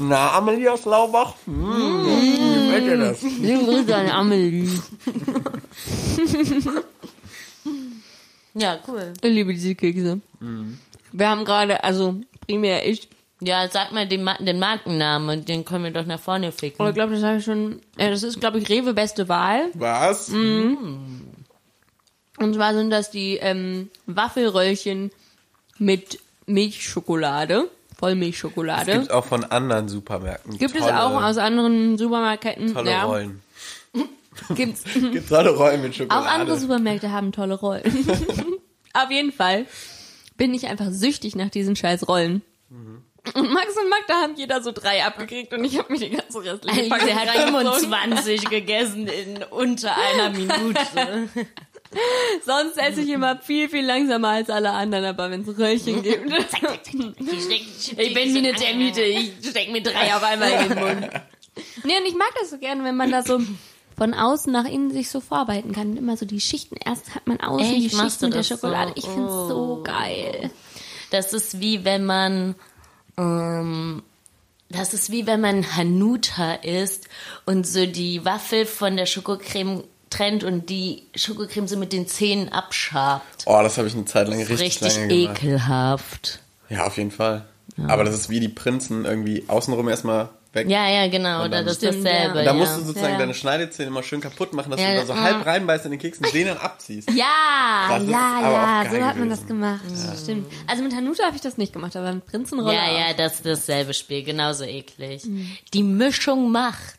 [SPEAKER 2] Na, Amelie aus Laubach? Hm,
[SPEAKER 3] Mm.
[SPEAKER 2] gefällt dir das?
[SPEAKER 4] Ja, cool.
[SPEAKER 3] Ich liebe diese Kekse. Mhm. Wir haben gerade, also primär ich,
[SPEAKER 4] Ja, sag mal den, Ma den Markennamen und den können wir doch nach vorne
[SPEAKER 3] aber ich
[SPEAKER 4] ficken.
[SPEAKER 3] glaube, das habe ich schon, ja, das ist, glaube ich, Rewe beste Wahl.
[SPEAKER 2] Was?
[SPEAKER 3] Mm. Und zwar sind das die ähm, Waffelröllchen mit Milchschokolade, Vollmilchschokolade.
[SPEAKER 2] Gibt auch von anderen Supermärkten.
[SPEAKER 3] Gibt es
[SPEAKER 2] tolle-
[SPEAKER 3] auch aus anderen Supermärkten.
[SPEAKER 2] tolle
[SPEAKER 3] ja,
[SPEAKER 2] Rollen.
[SPEAKER 3] Gibt's.
[SPEAKER 2] Gibt tolle Rollen mit
[SPEAKER 3] Auch
[SPEAKER 2] Schokolade.
[SPEAKER 3] andere Supermärkte haben tolle Rollen. Auf jeden Fall bin ich einfach süchtig nach diesen scheiß Rollen.
[SPEAKER 4] Mhm.
[SPEAKER 3] Und Max und Magda haben jeder so drei abgekriegt und ich habe mir die ganze restliche Packung
[SPEAKER 4] Alice hat
[SPEAKER 3] reingezogen.
[SPEAKER 4] 25 gegessen in unter einer Minute.
[SPEAKER 3] Sonst esse ich immer viel, viel langsamer als alle anderen, aber wenn es Röllchen gibt.
[SPEAKER 4] ich
[SPEAKER 3] ich steck mir drei auf einmal in den Mund. Nee, und ich mag das so gerne, wenn man da so von außen nach innen sich so vorarbeiten kann. Immer so die Schichten. Erst hat man außen
[SPEAKER 4] Echt?
[SPEAKER 3] die
[SPEAKER 4] Machst
[SPEAKER 3] Schichten
[SPEAKER 4] du
[SPEAKER 3] mit der
[SPEAKER 4] das so? Oh.
[SPEAKER 3] Schokolade. Ich find's so geil.
[SPEAKER 4] Das ist wie wenn man, ähm, das ist wie wenn man Hanuta isst und so die Waffel von der Schokocreme trennt und die Schokocreme so mit den Zähnen abschabt.
[SPEAKER 2] Oh, das habe ich eine Zeit lang richtig,
[SPEAKER 4] Richtig,
[SPEAKER 2] lange gemacht.
[SPEAKER 4] ekelhaft.
[SPEAKER 2] Ja, auf jeden Fall. Aber das ist wie die Prinzen irgendwie außenrum erstmal weg.
[SPEAKER 4] Ja, ja, genau.
[SPEAKER 2] Und
[SPEAKER 4] Oder
[SPEAKER 2] dann-
[SPEAKER 4] das ist
[SPEAKER 3] Stimmt,
[SPEAKER 4] dasselbe.
[SPEAKER 3] ja.
[SPEAKER 2] Da
[SPEAKER 4] ja.
[SPEAKER 2] musst du sozusagen
[SPEAKER 3] Ja.
[SPEAKER 2] deine Schneidezähne immer schön kaputt machen, dass
[SPEAKER 4] Ja,
[SPEAKER 2] du da so
[SPEAKER 4] ja.
[SPEAKER 2] halb reinbeißt in den Keks und den dann abziehst.
[SPEAKER 3] Ja,
[SPEAKER 2] Das ist
[SPEAKER 3] ja,
[SPEAKER 2] aber
[SPEAKER 3] ja.
[SPEAKER 2] auch geil
[SPEAKER 3] So hat man
[SPEAKER 2] gewesen.
[SPEAKER 3] das gemacht. Stimmt. Also mit Hanuta habe ich das nicht gemacht, aber mit Prinzenrolle.
[SPEAKER 4] Ja, ja, das ist dasselbe Spiel, genauso eklig. Die Mischung macht's.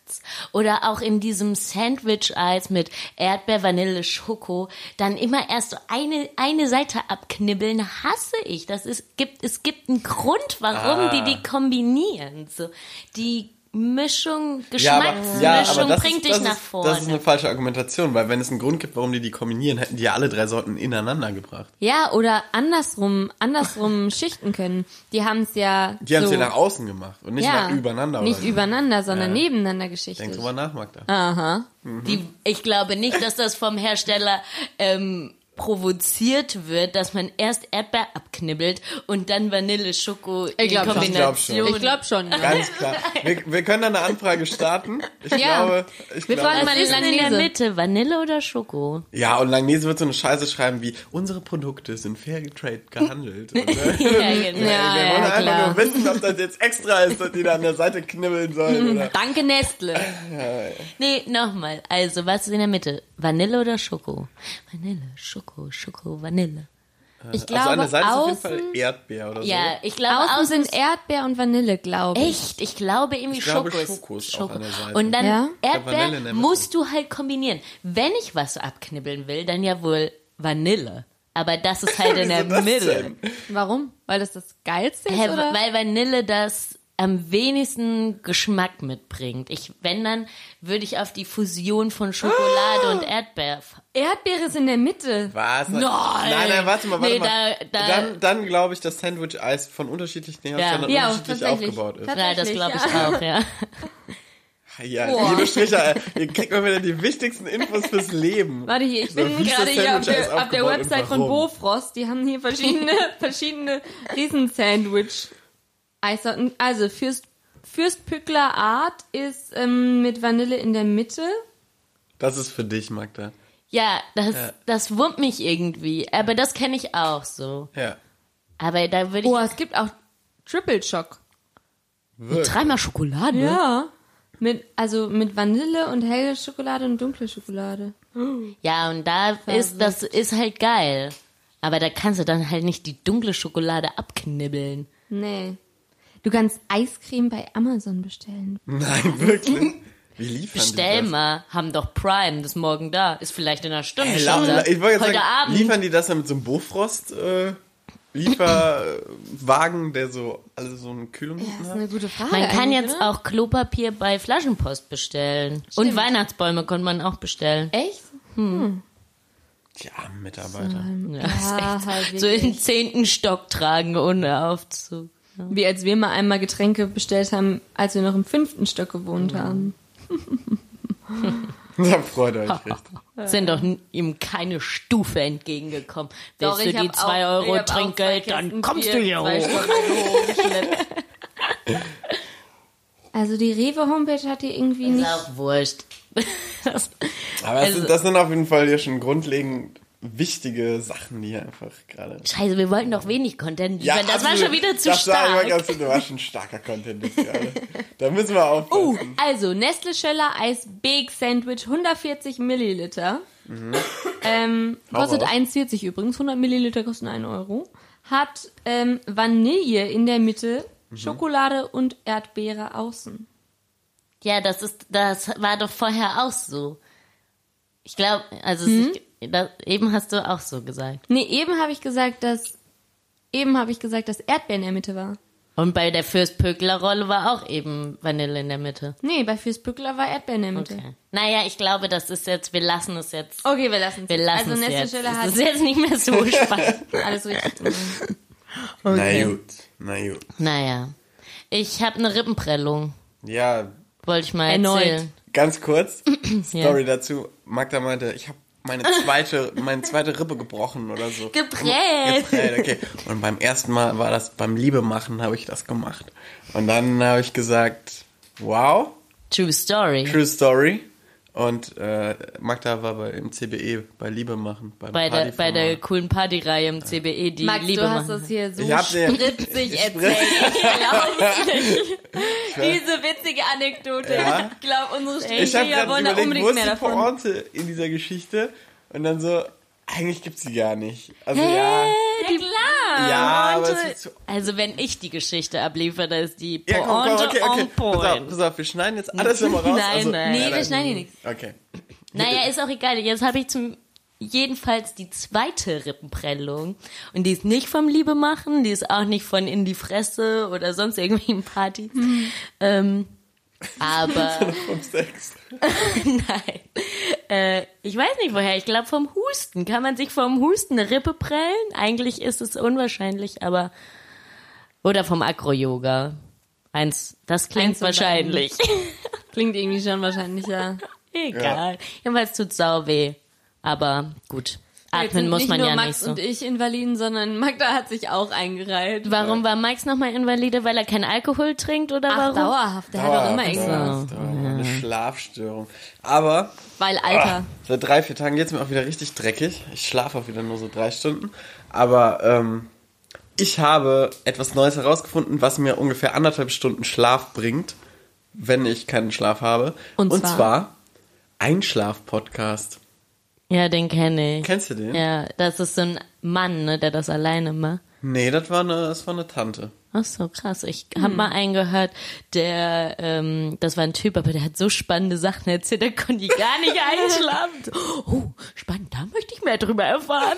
[SPEAKER 4] Oder auch in diesem Sandwich-Eis mit Erdbeer, Vanille, Schoko, dann immer erst so eine, eine Seite abknibbeln, hasse
[SPEAKER 2] Ah.
[SPEAKER 4] ich. Das ist, gibt, es gibt einen Grund, warum die die kombinieren. So, die Mischung,
[SPEAKER 2] Ja, aber,
[SPEAKER 4] Geschmacksmischung
[SPEAKER 3] ne?
[SPEAKER 2] ja, aber das
[SPEAKER 4] bringt
[SPEAKER 2] ist,
[SPEAKER 4] dich
[SPEAKER 2] das
[SPEAKER 4] nach
[SPEAKER 2] ist,
[SPEAKER 4] vorne.
[SPEAKER 2] Das ist eine falsche Argumentation, weil wenn es einen Grund gibt, warum die die kombinieren, hätten die ja alle drei Sorten ineinander gebracht.
[SPEAKER 3] Ja, oder andersrum, andersrum schichten können. Die haben es ja.
[SPEAKER 2] Die haben es
[SPEAKER 3] so,
[SPEAKER 2] ja nach außen gemacht und nicht
[SPEAKER 3] ja,
[SPEAKER 2] nach übereinander.
[SPEAKER 3] Nicht Ah.
[SPEAKER 2] oder so.
[SPEAKER 3] übereinander, sondern
[SPEAKER 2] Ja.
[SPEAKER 3] nebeneinander geschichtet.
[SPEAKER 2] Denk drüber nach, Magda.
[SPEAKER 3] Hm?
[SPEAKER 4] Die, ich glaube nicht, dass das vom Hersteller ähm, provoziert wird, dass man erst Erdbeer abknibbelt und dann Vanille Schoko in
[SPEAKER 3] glaub schon.
[SPEAKER 4] Kombination.
[SPEAKER 3] Ich glaube schon. Ja.
[SPEAKER 2] Ganz klar. Wir, wir können da eine Anfrage starten. Ich
[SPEAKER 3] Ja.
[SPEAKER 2] glaube, ich
[SPEAKER 3] Wir
[SPEAKER 2] glaube,
[SPEAKER 3] fragen mal
[SPEAKER 4] Was ist denn in der
[SPEAKER 3] Langnese.
[SPEAKER 4] Mitte? Vanille oder Schoko?
[SPEAKER 2] Ja, und Langnese wird so eine Scheiße schreiben wie, unsere Produkte sind fair getrade gehandelt. Und, äh,
[SPEAKER 4] Ja,
[SPEAKER 3] Ja,
[SPEAKER 2] wir
[SPEAKER 4] genau.
[SPEAKER 2] wollen
[SPEAKER 3] ja,
[SPEAKER 2] einfach
[SPEAKER 3] klar.
[SPEAKER 2] nur wissen, ob das jetzt extra ist, dass die da an der Seite knibbeln sollen. Oder?
[SPEAKER 3] Danke, Nestle.
[SPEAKER 4] Nee, nochmal. Also, was ist in der Mitte? Vanille oder Schoko? Vanille, Schoko, Schoko, Vanille.
[SPEAKER 3] Ich
[SPEAKER 2] also an
[SPEAKER 3] glaube,
[SPEAKER 2] der Seite ist auf jeden
[SPEAKER 3] außen, halt
[SPEAKER 2] Fall Erdbeer oder so.
[SPEAKER 4] Ja, ich glaube,
[SPEAKER 3] außen
[SPEAKER 4] außen,
[SPEAKER 3] sind Erdbeer und Vanille, glaube ich.
[SPEAKER 4] Echt? Ich glaube irgendwie
[SPEAKER 2] Ich glaube,
[SPEAKER 4] Schoko ist.
[SPEAKER 2] Schoko ist auch an der Seite.
[SPEAKER 4] Und dann
[SPEAKER 3] Ja?
[SPEAKER 2] Ja, Vanille in
[SPEAKER 4] Erdbeer
[SPEAKER 2] der Mitte.
[SPEAKER 4] musst du halt kombinieren. Wenn ich was abknibbeln will, dann ja wohl Vanille. Aber das ist halt in der
[SPEAKER 2] Wieso das
[SPEAKER 4] Mitte.
[SPEAKER 2] denn?
[SPEAKER 3] Warum? Weil das das Geilste ist,
[SPEAKER 4] Hä,
[SPEAKER 3] oder?
[SPEAKER 4] weil Vanille das am wenigsten Geschmack mitbringt. Ich, wenn dann, würde ich auf die Fusion von Schokolade
[SPEAKER 3] Ah!
[SPEAKER 4] und Erdbeer. f-
[SPEAKER 3] Erdbeere ist in der Mitte.
[SPEAKER 2] Was? Nein,
[SPEAKER 4] Nein.
[SPEAKER 2] nein, warte mal, warte
[SPEAKER 4] Nee,
[SPEAKER 2] mal.
[SPEAKER 4] da- da-
[SPEAKER 2] dann dann glaube ich, dass Sandwich-Eis von unterschiedlichen Herstellern
[SPEAKER 4] Ja,
[SPEAKER 2] unterschiedlich
[SPEAKER 3] tatsächlich.
[SPEAKER 2] aufgebaut ist.
[SPEAKER 4] Ja, das
[SPEAKER 3] Tatsächlich,
[SPEAKER 4] glaube ich
[SPEAKER 3] ja.
[SPEAKER 4] auch, ja.
[SPEAKER 2] Ja,
[SPEAKER 3] Boah.
[SPEAKER 2] liebe Stricher, ey, ihr kriegt mal wieder die wichtigsten Infos fürs Leben.
[SPEAKER 3] Warte hier, ich
[SPEAKER 2] So,
[SPEAKER 3] bin
[SPEAKER 2] wie ist
[SPEAKER 3] gerade
[SPEAKER 2] das
[SPEAKER 3] hier auf
[SPEAKER 2] Sandwich alles
[SPEAKER 3] der, auf der
[SPEAKER 2] aufgebaut und
[SPEAKER 3] Website von
[SPEAKER 2] warum?
[SPEAKER 3] Bofrost. Die haben hier verschiedene, verschiedene Riesensandwich. Eissorten. Also Fürst, Fürstpückler Art ist ähm, mit Vanille in der Mitte.
[SPEAKER 2] Das ist für dich, Magda.
[SPEAKER 4] Ja, das, das wurmt mich irgendwie. Aber das kenne ich auch so.
[SPEAKER 2] Ja.
[SPEAKER 4] Aber da würde ich.
[SPEAKER 3] Oh, es gibt auch Triple Shock.
[SPEAKER 4] dreimal Schokolade?
[SPEAKER 3] Ja. Mit, also mit Vanille und helle Schokolade und dunkle Schokolade.
[SPEAKER 4] Ja, und da ist das ist halt geil. Aber da kannst du dann halt nicht die dunkle Schokolade abknibbeln.
[SPEAKER 3] Nee. Du kannst Eiscreme bei Amazon bestellen.
[SPEAKER 2] Nein, wirklich. Wie liefern
[SPEAKER 4] Bestell
[SPEAKER 2] die das?
[SPEAKER 4] mal, haben doch Prime, das ist morgen da. Ist vielleicht in einer Stunde
[SPEAKER 2] Ey,
[SPEAKER 4] schon da.
[SPEAKER 2] la- ich wollte jetzt
[SPEAKER 4] Heute
[SPEAKER 2] sagen,
[SPEAKER 4] Abend.
[SPEAKER 2] liefern die das dann mit so einem Bofrost äh, Lieferwagen, der so also so eine Kühlung
[SPEAKER 3] Das
[SPEAKER 2] unten
[SPEAKER 3] ist
[SPEAKER 2] hat?
[SPEAKER 3] eine gute Frage.
[SPEAKER 4] Man kann
[SPEAKER 3] eigentlich,
[SPEAKER 4] jetzt
[SPEAKER 3] oder?
[SPEAKER 4] auch Klopapier bei Flaschenpost bestellen. Und Weihnachtsbäume konnte man auch bestellen.
[SPEAKER 3] Echt?
[SPEAKER 2] Die armen Mitarbeiter.
[SPEAKER 4] Ja, ist
[SPEAKER 3] Ähm, Ja,
[SPEAKER 4] echt.
[SPEAKER 3] halt
[SPEAKER 4] so in
[SPEAKER 3] wirklich.
[SPEAKER 4] zehnten Stock tragen ohne Aufzug.
[SPEAKER 3] Wie als wir mal einmal Getränke bestellt haben, als wir noch im fünften Stock gewohnt haben.
[SPEAKER 2] Da freut ihr euch richtig.
[SPEAKER 4] Sind doch n- ihm keine Stufe entgegengekommen. Willst du die 2 Euro Trinkgeld, dann kommst du hier hoch.
[SPEAKER 3] Also die Rewe-Homepage hat hier irgendwie
[SPEAKER 4] Ist
[SPEAKER 3] nicht...
[SPEAKER 4] auch wurscht. Das-
[SPEAKER 2] Aber das,
[SPEAKER 4] Also-
[SPEAKER 2] sind, das sind auf jeden Fall hier schon grundlegend wichtige Sachen, die hier einfach gerade.
[SPEAKER 4] Scheiße, wir wollten doch wenig Content liefern. das war
[SPEAKER 2] absolut.
[SPEAKER 4] schon wieder zu
[SPEAKER 2] das War,
[SPEAKER 4] stark.
[SPEAKER 2] immer ganz, das war schon starker Content jetzt gerade. Da müssen wir aufpassen.
[SPEAKER 3] Uh, also Nestle Schöller Eis Big Sandwich 140 Milliliter. Ähm,
[SPEAKER 2] Hau
[SPEAKER 3] kostet
[SPEAKER 2] raus.
[SPEAKER 3] 1,40 übrigens. 100 Milliliter kosten 1 Euro. Hat ähm, Vanille in der Mitte, Schokolade und Erdbeere außen.
[SPEAKER 4] Ja, das ist, das war doch vorher auch so. Ich glaube, also es
[SPEAKER 2] Mhm.
[SPEAKER 4] ist, das, eben hast du auch so gesagt.
[SPEAKER 3] Nee, eben habe ich gesagt, dass eben habe ich gesagt, dass Erdbeer in der Mitte war.
[SPEAKER 4] Und bei der Fürstpökler-Rolle war auch eben Vanille in der Mitte.
[SPEAKER 3] Nee, bei Fürstbückler war Erdbeer in der Mitte.
[SPEAKER 4] Okay. Naja, ich glaube, das ist jetzt, wir lassen es jetzt.
[SPEAKER 3] Okay, wir lassen es.
[SPEAKER 4] Wir lassen
[SPEAKER 3] also
[SPEAKER 4] es
[SPEAKER 3] Nestle
[SPEAKER 4] jetzt.
[SPEAKER 3] Schöller
[SPEAKER 4] Das
[SPEAKER 3] hat
[SPEAKER 4] ist jetzt nicht mehr so spannend.
[SPEAKER 3] alles richtig gemacht.
[SPEAKER 2] Na gut, na gut.
[SPEAKER 4] Naja. Ich habe eine Rippenprellung.
[SPEAKER 2] Ja,
[SPEAKER 4] Wollte ich mal
[SPEAKER 3] Erneut.
[SPEAKER 4] erzählen.
[SPEAKER 2] ganz kurz, Story dazu. Magda meinte, ich habe meine zweite, meine zweite Rippe gebrochen oder so.
[SPEAKER 4] Geprellt.
[SPEAKER 2] Geprellt, okay. Und beim ersten Mal war das beim Liebemachen habe ich das gemacht. Und dann habe ich gesagt, wow,
[SPEAKER 4] True Story.
[SPEAKER 2] True Story. Und äh, Magda war bei, im CBE bei Liebe machen. Beim
[SPEAKER 4] bei der, bei
[SPEAKER 2] Partyformat.
[SPEAKER 4] der coolen Partyreihe im CBE, die
[SPEAKER 3] Max,
[SPEAKER 4] Liebe
[SPEAKER 3] du hast
[SPEAKER 4] machen.
[SPEAKER 3] das hier so
[SPEAKER 2] Ich hab dir-
[SPEAKER 3] spritzig
[SPEAKER 2] ich
[SPEAKER 3] erzählt. Ich glaub's nicht. Diese witzige Anekdote.
[SPEAKER 2] Ja.
[SPEAKER 3] Ich glaube, unsere
[SPEAKER 2] ich habe
[SPEAKER 3] Stricher
[SPEAKER 2] gerade
[SPEAKER 3] wollen da
[SPEAKER 2] überlegt,
[SPEAKER 3] unbedingt
[SPEAKER 2] wo ist
[SPEAKER 3] mehr
[SPEAKER 2] die
[SPEAKER 3] davon.
[SPEAKER 2] Pointe in dieser Geschichte? Und dann so, eigentlich gibt's sie gar nicht. Also ja,
[SPEAKER 3] Ja, klar.
[SPEAKER 2] ja, aber es
[SPEAKER 4] Pointe-
[SPEAKER 2] ist zu...
[SPEAKER 4] Also wenn ich die Geschichte abliefere, da ist die
[SPEAKER 2] Ja,
[SPEAKER 4] Pointe
[SPEAKER 2] komm, komm, okay, okay.
[SPEAKER 4] on
[SPEAKER 2] Pass auf,
[SPEAKER 4] point.
[SPEAKER 2] pass auf, wir schneiden jetzt alles nochmal raus.
[SPEAKER 4] Nein,
[SPEAKER 2] also,
[SPEAKER 4] nein.
[SPEAKER 3] Nee, wir schneiden hier nichts.
[SPEAKER 2] Okay.
[SPEAKER 4] Naja, ist auch egal. Jetzt habe ich zum jedenfalls die zweite Rippenprellung. Und die ist nicht vom Liebe
[SPEAKER 3] Hm.
[SPEAKER 4] machen, die ist auch nicht von in die Fresse oder sonst irgendwelchen Partys. Ähm, Aber
[SPEAKER 2] vom Sex.
[SPEAKER 4] nein. Äh, ich weiß nicht woher. Ich glaube vom Husten. Kann man sich vom Husten eine Rippe prellen? Eigentlich ist es unwahrscheinlich, aber. Oder vom Acro-Yoga. Eins, das klingt
[SPEAKER 3] Eins von
[SPEAKER 4] wahrscheinlich.
[SPEAKER 3] Klingt irgendwie schon wahrscheinlicher.
[SPEAKER 4] Egal. Jedenfalls tut's sau weh. Aber gut.
[SPEAKER 3] Jetzt sind
[SPEAKER 4] Atmen muss
[SPEAKER 3] nicht
[SPEAKER 4] man
[SPEAKER 3] nur
[SPEAKER 4] ja
[SPEAKER 3] Max
[SPEAKER 4] nicht
[SPEAKER 3] und
[SPEAKER 4] so.
[SPEAKER 3] ich Invaliden, sondern Magda hat sich auch eingereiht.
[SPEAKER 4] Warum war Max nochmal invalide? Weil er keinen Alkohol trinkt oder
[SPEAKER 3] Ach,
[SPEAKER 4] warum?
[SPEAKER 3] dauerhaft. Der hat auch immer irgendwas.
[SPEAKER 2] dauerhaft, dauerhaft. Eine Schlafstörung. Aber
[SPEAKER 3] Weil Alter.
[SPEAKER 2] seit drei, vier Tagen geht's mir auch wieder richtig dreckig. Ich schlafe auch wieder nur so drei Stunden. Aber ähm, ich habe etwas Neues herausgefunden, was mir ungefähr anderthalb Stunden Schlaf bringt, wenn ich keinen Schlaf habe.
[SPEAKER 3] Und
[SPEAKER 2] Und
[SPEAKER 3] zwar?
[SPEAKER 2] zwar Einschlaf-Podcast.
[SPEAKER 4] Ja, den kenne ich.
[SPEAKER 2] Kennst du den?
[SPEAKER 4] Ja, das ist so ein Mann, ne, der das alleine macht.
[SPEAKER 2] Nee, das war, eine, das war eine Tante.
[SPEAKER 4] Ach so, krass. Ich hab mal einen gehört, der, ähm, das war ein Typ, aber der hat so spannende Sachen erzählt, da konnte ich gar nicht einschlafen. So, Oh, spannend, da möchte ich mehr drüber erfahren.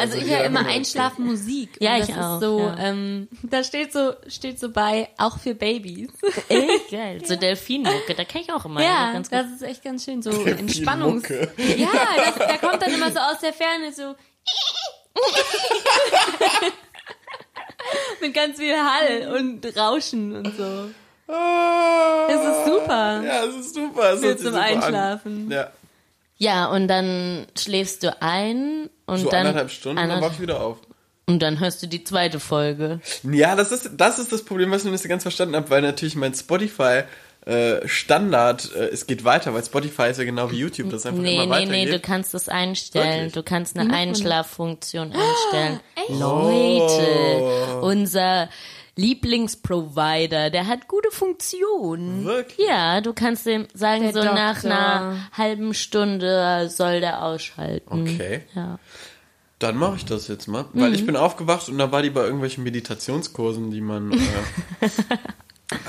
[SPEAKER 3] Also ich
[SPEAKER 2] jeder
[SPEAKER 3] höre immer
[SPEAKER 2] andere.
[SPEAKER 3] Einschlafmusik.
[SPEAKER 4] Ja,
[SPEAKER 3] Und
[SPEAKER 4] ich
[SPEAKER 3] das
[SPEAKER 4] auch,
[SPEAKER 3] Ist so,
[SPEAKER 4] ja.
[SPEAKER 3] ähm, da steht so, steht so bei, auch für Babys.
[SPEAKER 4] Echt geil. So Delfinmucke, da kann ich auch immer
[SPEAKER 3] Ja,
[SPEAKER 4] ganz gut.
[SPEAKER 3] das ist echt ganz schön, so Entspannungs...
[SPEAKER 2] Mucke.
[SPEAKER 3] Ja, das, da kommt dann immer so aus der Ferne so... Mit ganz viel Hall und Rauschen und so. Es ist super.
[SPEAKER 2] Ah, Ja, es ist super. Es
[SPEAKER 3] Für
[SPEAKER 2] hört sich
[SPEAKER 3] zum
[SPEAKER 2] super an.
[SPEAKER 3] Einschlafen.
[SPEAKER 2] Ja,
[SPEAKER 4] Ja, und dann schläfst du ein und
[SPEAKER 2] so
[SPEAKER 4] dann.
[SPEAKER 2] anderthalb Stunden, dann
[SPEAKER 4] anderth-
[SPEAKER 2] wach ich wieder auf.
[SPEAKER 4] und dann hörst du die zweite Folge.
[SPEAKER 2] Ja, das ist, das ist das Problem, was ich noch nicht so ganz verstanden habe, weil natürlich mein Spotify äh, Standard, äh, es geht weiter, weil Spotify ist ja genau wie YouTube, das einfach
[SPEAKER 4] Nee,
[SPEAKER 2] immer
[SPEAKER 4] nee, nee,
[SPEAKER 2] weitergeht.
[SPEAKER 4] du kannst das einstellen.
[SPEAKER 2] Wirklich?
[SPEAKER 4] Du kannst eine Einschlaffunktion einstellen. Leute,
[SPEAKER 2] Oh.
[SPEAKER 4] unser Lieblingsprovider, der hat gute Funktionen.
[SPEAKER 2] Wirklich?
[SPEAKER 4] Ja, du kannst dem sagen,
[SPEAKER 3] Der
[SPEAKER 4] so nach
[SPEAKER 3] Doktor.
[SPEAKER 4] einer halben Stunde soll der ausschalten.
[SPEAKER 2] Okay.
[SPEAKER 4] Ja. Mhm.
[SPEAKER 2] Dann mache ich das jetzt mal, weil ich bin aufgewacht und da war die bei irgendwelchen Meditationskursen, die man. Äh,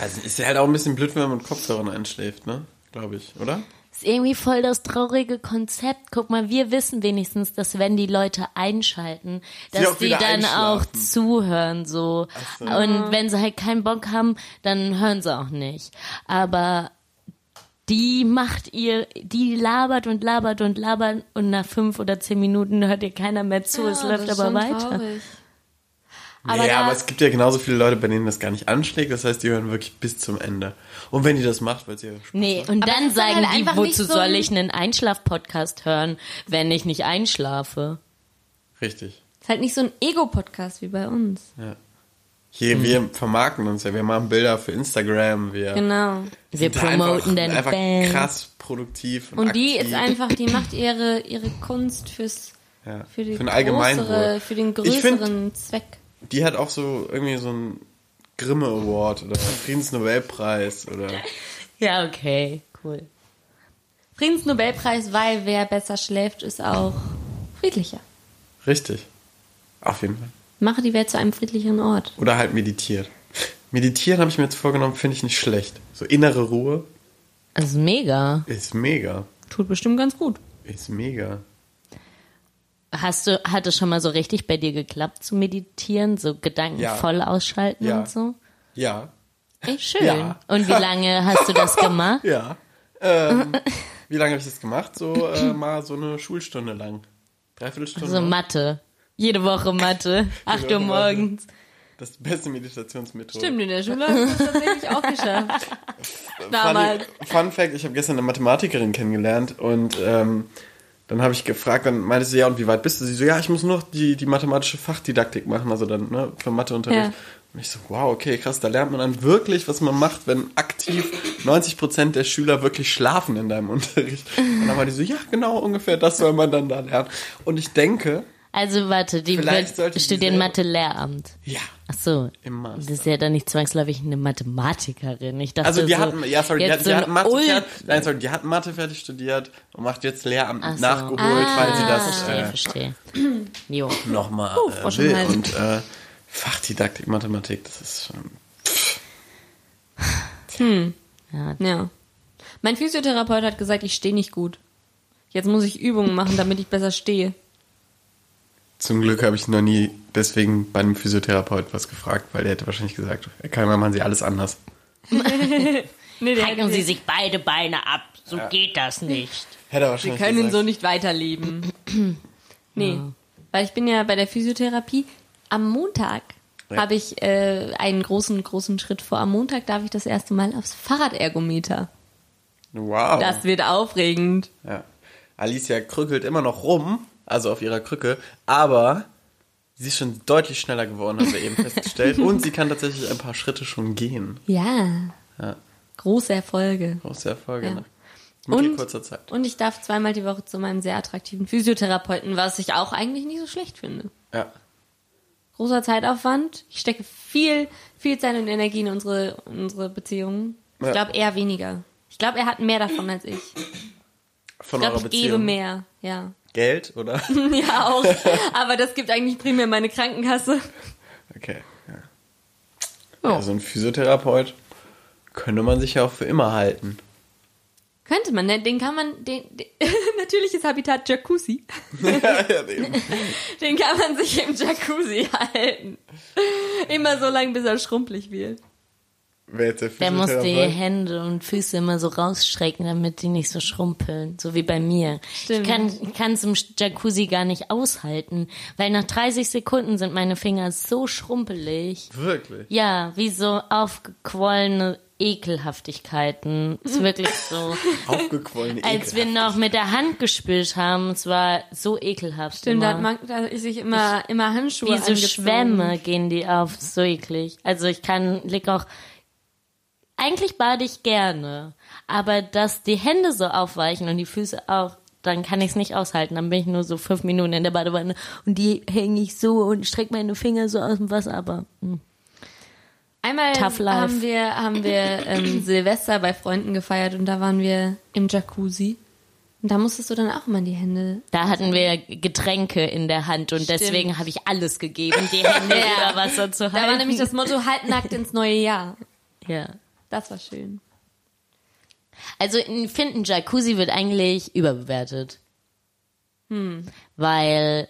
[SPEAKER 2] also ist ja halt auch ein bisschen blöd, wenn man mit Kopfhörern einschläft, ne? Glaube ich, oder?
[SPEAKER 4] Ist irgendwie voll das traurige Konzept. Guck mal, wir wissen wenigstens, dass wenn die Leute einschalten,
[SPEAKER 2] Sie
[SPEAKER 4] dass
[SPEAKER 2] auch
[SPEAKER 4] die
[SPEAKER 2] wieder
[SPEAKER 4] dann auch
[SPEAKER 2] einschlafen.
[SPEAKER 4] zuhören so. Und wenn sie halt keinen Bock haben, dann hören sie auch nicht. Aber die macht ihr, die labert und labert und labert und nach fünf oder zehn Minuten hört ihr keiner mehr zu. es
[SPEAKER 3] Ja,
[SPEAKER 4] läuft
[SPEAKER 3] das ist
[SPEAKER 4] aber
[SPEAKER 3] schon
[SPEAKER 4] weiter.
[SPEAKER 3] traurig.
[SPEAKER 2] Aber ja,
[SPEAKER 3] da-
[SPEAKER 2] aber es gibt ja genauso viele Leute, bei denen das gar nicht anschlägt. Das heißt, die hören wirklich bis zum Ende. Und wenn die das macht, weil sie
[SPEAKER 4] Nee, und
[SPEAKER 3] Aber
[SPEAKER 4] dann
[SPEAKER 3] es ist dann
[SPEAKER 4] sagen
[SPEAKER 3] halt
[SPEAKER 4] die,
[SPEAKER 3] einfach nicht
[SPEAKER 4] wozu
[SPEAKER 3] so ein-
[SPEAKER 4] soll ich einen Einschlaf-Podcast hören, wenn ich nicht einschlafe?
[SPEAKER 2] richtig.
[SPEAKER 3] Ist halt nicht so ein Ego-Podcast wie bei uns.
[SPEAKER 2] Hier,
[SPEAKER 3] Mhm.
[SPEAKER 2] wir vermarkten uns ja, wir machen Bilder für Instagram, wir
[SPEAKER 3] Genau.
[SPEAKER 4] Wir
[SPEAKER 2] sind einfach,
[SPEAKER 4] promoten deine
[SPEAKER 2] einfach
[SPEAKER 4] Band.
[SPEAKER 2] krass produktiv und,
[SPEAKER 3] Und die
[SPEAKER 2] aktiv.
[SPEAKER 3] ist einfach, die macht ihre, ihre Kunst fürs,
[SPEAKER 2] Ja,
[SPEAKER 3] für, die
[SPEAKER 2] für ein Allgemeinwohl.
[SPEAKER 3] größere, für den
[SPEAKER 2] Ich find-
[SPEAKER 3] größeren Zweck.
[SPEAKER 2] Die hat auch so irgendwie so einen Grimme Award oder Friedensnobelpreis oder
[SPEAKER 4] Ja, okay, cool.
[SPEAKER 3] Friedensnobelpreis, weil wer besser schläft, ist auch friedlicher.
[SPEAKER 2] richtig. Auf jeden Fall.
[SPEAKER 3] Mache die Welt zu einem friedlicheren Ort.
[SPEAKER 2] Oder halt meditiert. Meditieren habe ich mir jetzt vorgenommen, finde ich nicht schlecht. So innere Ruhe
[SPEAKER 4] Das ist mega.
[SPEAKER 2] ist mega.
[SPEAKER 3] Tut bestimmt ganz gut.
[SPEAKER 2] Ist mega.
[SPEAKER 4] Hast du, hat es schon mal so richtig bei dir geklappt zu meditieren, so Gedanken
[SPEAKER 2] Ja.
[SPEAKER 4] voll ausschalten
[SPEAKER 2] Ja.
[SPEAKER 4] und so?
[SPEAKER 2] Ja.
[SPEAKER 4] Ey, schön.
[SPEAKER 2] Ja.
[SPEAKER 4] Und wie lange hast du das gemacht?
[SPEAKER 2] Ja. Ähm, wie lange habe ich das gemacht? So äh, mal so eine Schulstunde lang. Dreiviertelstunde.
[SPEAKER 3] Also
[SPEAKER 4] So Mathe. Jede Woche Mathe. Acht Uhr
[SPEAKER 2] Woche Mathe.
[SPEAKER 4] morgens.
[SPEAKER 2] das ist die beste Meditationsmethode.
[SPEAKER 3] Stimmt, in der Schule hast du das tatsächlich auch geschafft.
[SPEAKER 2] Fun,
[SPEAKER 3] Damals.
[SPEAKER 2] Fun Fact, ich habe gestern eine Mathematikerin kennengelernt und ähm, dann habe ich gefragt, dann meinte sie, ja, und wie weit bist du? Sie so, ja, ich muss nur noch die, die mathematische Fachdidaktik machen, also dann ne, für Matheunterricht.
[SPEAKER 3] Ja.
[SPEAKER 2] Und ich so, wow, okay, krass, da lernt man dann wirklich, was man macht, wenn aktiv 90% der Schüler wirklich schlafen in deinem Unterricht. Und dann war die so, ja, genau, ungefähr das soll man dann da lernen. Und ich denke,
[SPEAKER 4] Also warte, die
[SPEAKER 2] Vielleicht
[SPEAKER 4] wird,
[SPEAKER 2] sollte die
[SPEAKER 4] studieren
[SPEAKER 2] selber-
[SPEAKER 4] Mathe-Lehramt.
[SPEAKER 2] ja,
[SPEAKER 4] Ach so.
[SPEAKER 2] Im Master.
[SPEAKER 4] Das ist ja dann nicht zwangsläufig eine Mathematikerin. Ich dachte
[SPEAKER 2] Also die
[SPEAKER 4] so,
[SPEAKER 2] hatten, ja sorry, die
[SPEAKER 4] jetzt
[SPEAKER 2] hatten,
[SPEAKER 4] so
[SPEAKER 2] die
[SPEAKER 4] ein
[SPEAKER 2] hatten Mathe
[SPEAKER 4] Ult-
[SPEAKER 2] fertig, nein, sorry, die hatten Mathe fertig studiert und macht jetzt Lehramt
[SPEAKER 4] Ach so. Ah,
[SPEAKER 2] nachgeholt, weil sie das
[SPEAKER 4] Verstehe, Oh,
[SPEAKER 2] äh,
[SPEAKER 4] verstehe. Jo.
[SPEAKER 2] nochmal
[SPEAKER 3] Frau
[SPEAKER 2] äh, will.
[SPEAKER 3] Schönheit.
[SPEAKER 2] Und äh, Fachdidaktik, Mathematik, das ist schon...
[SPEAKER 3] Ja. Mein Physiotherapeut hat gesagt, ich stehe nicht gut. Jetzt muss ich Übungen machen, damit ich besser stehe.
[SPEAKER 2] Zum Glück habe ich noch nie deswegen bei einem Physiotherapeut was gefragt, weil der hätte wahrscheinlich gesagt, Herr Keimer, machen Sie alles anders.
[SPEAKER 3] Nee, der
[SPEAKER 4] hacken
[SPEAKER 3] hat
[SPEAKER 4] Sie
[SPEAKER 3] nicht.
[SPEAKER 4] sich beide Beine ab. So geht das nicht.
[SPEAKER 2] Hätte er
[SPEAKER 3] Wir
[SPEAKER 2] wahrscheinlich
[SPEAKER 3] können
[SPEAKER 2] gesagt.
[SPEAKER 3] so nicht weiterleben. nee, weil ich bin ja bei der Physiotherapie. Am Montag
[SPEAKER 2] Ja.
[SPEAKER 3] habe ich äh, einen großen, großen Schritt vor. Am Montag darf ich das erste Mal aufs Fahrradergometer.
[SPEAKER 2] Wow.
[SPEAKER 3] Das wird aufregend.
[SPEAKER 2] Ja. Alicia krückelt immer noch rum, also auf ihrer Krücke, aber sie ist schon deutlich schneller geworden, haben wir eben festgestellt. Und sie kann tatsächlich ein paar Schritte schon gehen.
[SPEAKER 3] Ja,
[SPEAKER 2] Ja,
[SPEAKER 3] große Erfolge.
[SPEAKER 2] große Erfolge
[SPEAKER 3] Ja.
[SPEAKER 2] nach mittelkurzer Zeit.
[SPEAKER 3] und ich darf zweimal die Woche zu meinem sehr attraktiven Physiotherapeuten, was ich auch eigentlich nicht so schlecht finde.
[SPEAKER 2] Ja.
[SPEAKER 3] Großer Zeitaufwand. Ich stecke viel, viel Zeit und Energie in unsere, unsere Beziehungen. Ich
[SPEAKER 2] Ja.
[SPEAKER 3] glaube, er weniger. Ich glaube, er hat mehr davon als ich.
[SPEAKER 2] Von
[SPEAKER 3] Ich glaube,
[SPEAKER 2] eurer
[SPEAKER 3] ich
[SPEAKER 2] Beziehung.
[SPEAKER 3] gebe mehr, ja.
[SPEAKER 2] Geld, oder?
[SPEAKER 3] Ja, auch. Aber das gibt eigentlich primär meine Krankenkasse.
[SPEAKER 2] Okay. Ja. Ja, so ein Physiotherapeut könnte man sich ja auch für immer halten.
[SPEAKER 3] Könnte man, ne? Den kann man, den, den natürliches Habitat Jacuzzi.
[SPEAKER 2] ja, ja, eben.
[SPEAKER 3] Den kann man sich im Jacuzzi halten. Immer so lange, bis er schrumpelig wird.
[SPEAKER 2] Wer jetzt der
[SPEAKER 4] Der muss die
[SPEAKER 2] Physiotherapeut?
[SPEAKER 4] Hände und Füße immer so rausstrecken, damit die nicht so schrumpeln. So wie bei mir.
[SPEAKER 3] Stimmt.
[SPEAKER 4] Ich kann ich kann's im Jacuzzi gar nicht aushalten, weil nach 30 Sekunden sind meine Finger so schrumpelig.
[SPEAKER 2] Wirklich.
[SPEAKER 4] Ja, wie so aufgequollene Ekelhaftigkeiten. Ist wirklich so.
[SPEAKER 2] Aufgequollen.
[SPEAKER 4] Als wir noch mit der Hand gespielt haben, es war so ekelhaft.
[SPEAKER 3] Stimmt, da
[SPEAKER 4] immer.
[SPEAKER 3] hat man da ist sich immer, immer Handschuhe
[SPEAKER 4] Wie so
[SPEAKER 3] angezogen.
[SPEAKER 4] Schwämme gehen die auf, so eklig. Also ich kann, leg auch, eigentlich bade ich gerne, aber dass die Hände so aufweichen und die Füße auch, dann kann ich es nicht aushalten. Dann bin ich nur so fünf Minuten in der Badewanne und die hänge ich so und strecke meine Finger so aus dem Wasser, aber hm.
[SPEAKER 3] Einmal
[SPEAKER 4] Tough life.
[SPEAKER 3] haben wir, haben wir ähm, Silvester bei Freunden gefeiert und da waren wir im Jacuzzi. Und da musstest du dann auch mal die Hände
[SPEAKER 4] da hatten wir Getränke in der Hand und
[SPEAKER 3] Stimmt.
[SPEAKER 4] deswegen habe ich alles gegeben, die Hände
[SPEAKER 3] Ja.
[SPEAKER 4] über Wasser zu halten.
[SPEAKER 3] Da war nämlich das Motto, halt nackt ins neue Jahr.
[SPEAKER 4] ja.
[SPEAKER 3] Das war schön.
[SPEAKER 4] Also ich finde, ein Jacuzzi wird eigentlich überbewertet.
[SPEAKER 3] Hm.
[SPEAKER 4] Weil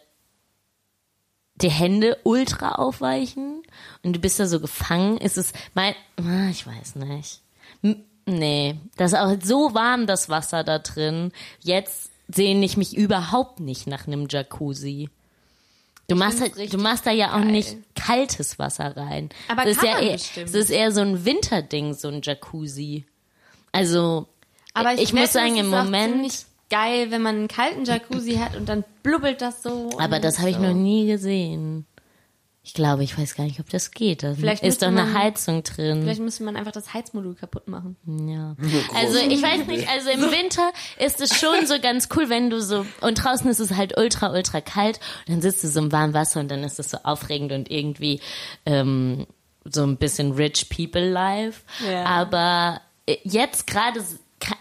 [SPEAKER 4] die Hände ultra aufweichen und du bist da so gefangen. Ist es mein. Ah, Ich weiß nicht. M- Nee, das ist auch so warm, das Wasser da drin. Jetzt sehne ich mich überhaupt nicht nach einem Jacuzzi. Du machst,
[SPEAKER 3] find's
[SPEAKER 4] halt, du
[SPEAKER 3] richtig
[SPEAKER 4] machst da ja auch
[SPEAKER 3] geil.
[SPEAKER 4] nicht kaltes Wasser rein.
[SPEAKER 3] Aber
[SPEAKER 4] es ist
[SPEAKER 3] kann
[SPEAKER 4] ja
[SPEAKER 3] man
[SPEAKER 4] eher,
[SPEAKER 3] bestimmt.
[SPEAKER 4] Es ist eher so ein Winterding, so ein Jacuzzi. Also,
[SPEAKER 3] Aber ich,
[SPEAKER 4] ich, muss
[SPEAKER 3] wette,
[SPEAKER 4] sagen,
[SPEAKER 3] es
[SPEAKER 4] im
[SPEAKER 3] ist auch
[SPEAKER 4] Moment.
[SPEAKER 3] ziemlich geil, wenn man einen kalten Jacuzzi hat und dann blubbelt das so.
[SPEAKER 4] Aber
[SPEAKER 3] und
[SPEAKER 4] das habe ich
[SPEAKER 3] so.
[SPEAKER 4] noch nie gesehen. Ich glaube, ich weiß gar nicht, ob das geht. Da
[SPEAKER 3] Vielleicht
[SPEAKER 4] ist doch
[SPEAKER 3] müsste
[SPEAKER 4] eine
[SPEAKER 3] man-
[SPEAKER 4] Heizung drin.
[SPEAKER 3] Vielleicht müsste man einfach das Heizmodul kaputt machen.
[SPEAKER 4] Ja. Also ich weiß nicht, also im Winter ist es schon so ganz cool, wenn du so und draußen ist es halt ultra, ultra kalt und dann sitzt du so im warmen Wasser und dann ist es so aufregend und irgendwie ähm, so ein bisschen rich people life.
[SPEAKER 3] Ja.
[SPEAKER 4] Aber äh, jetzt gerade s- ka-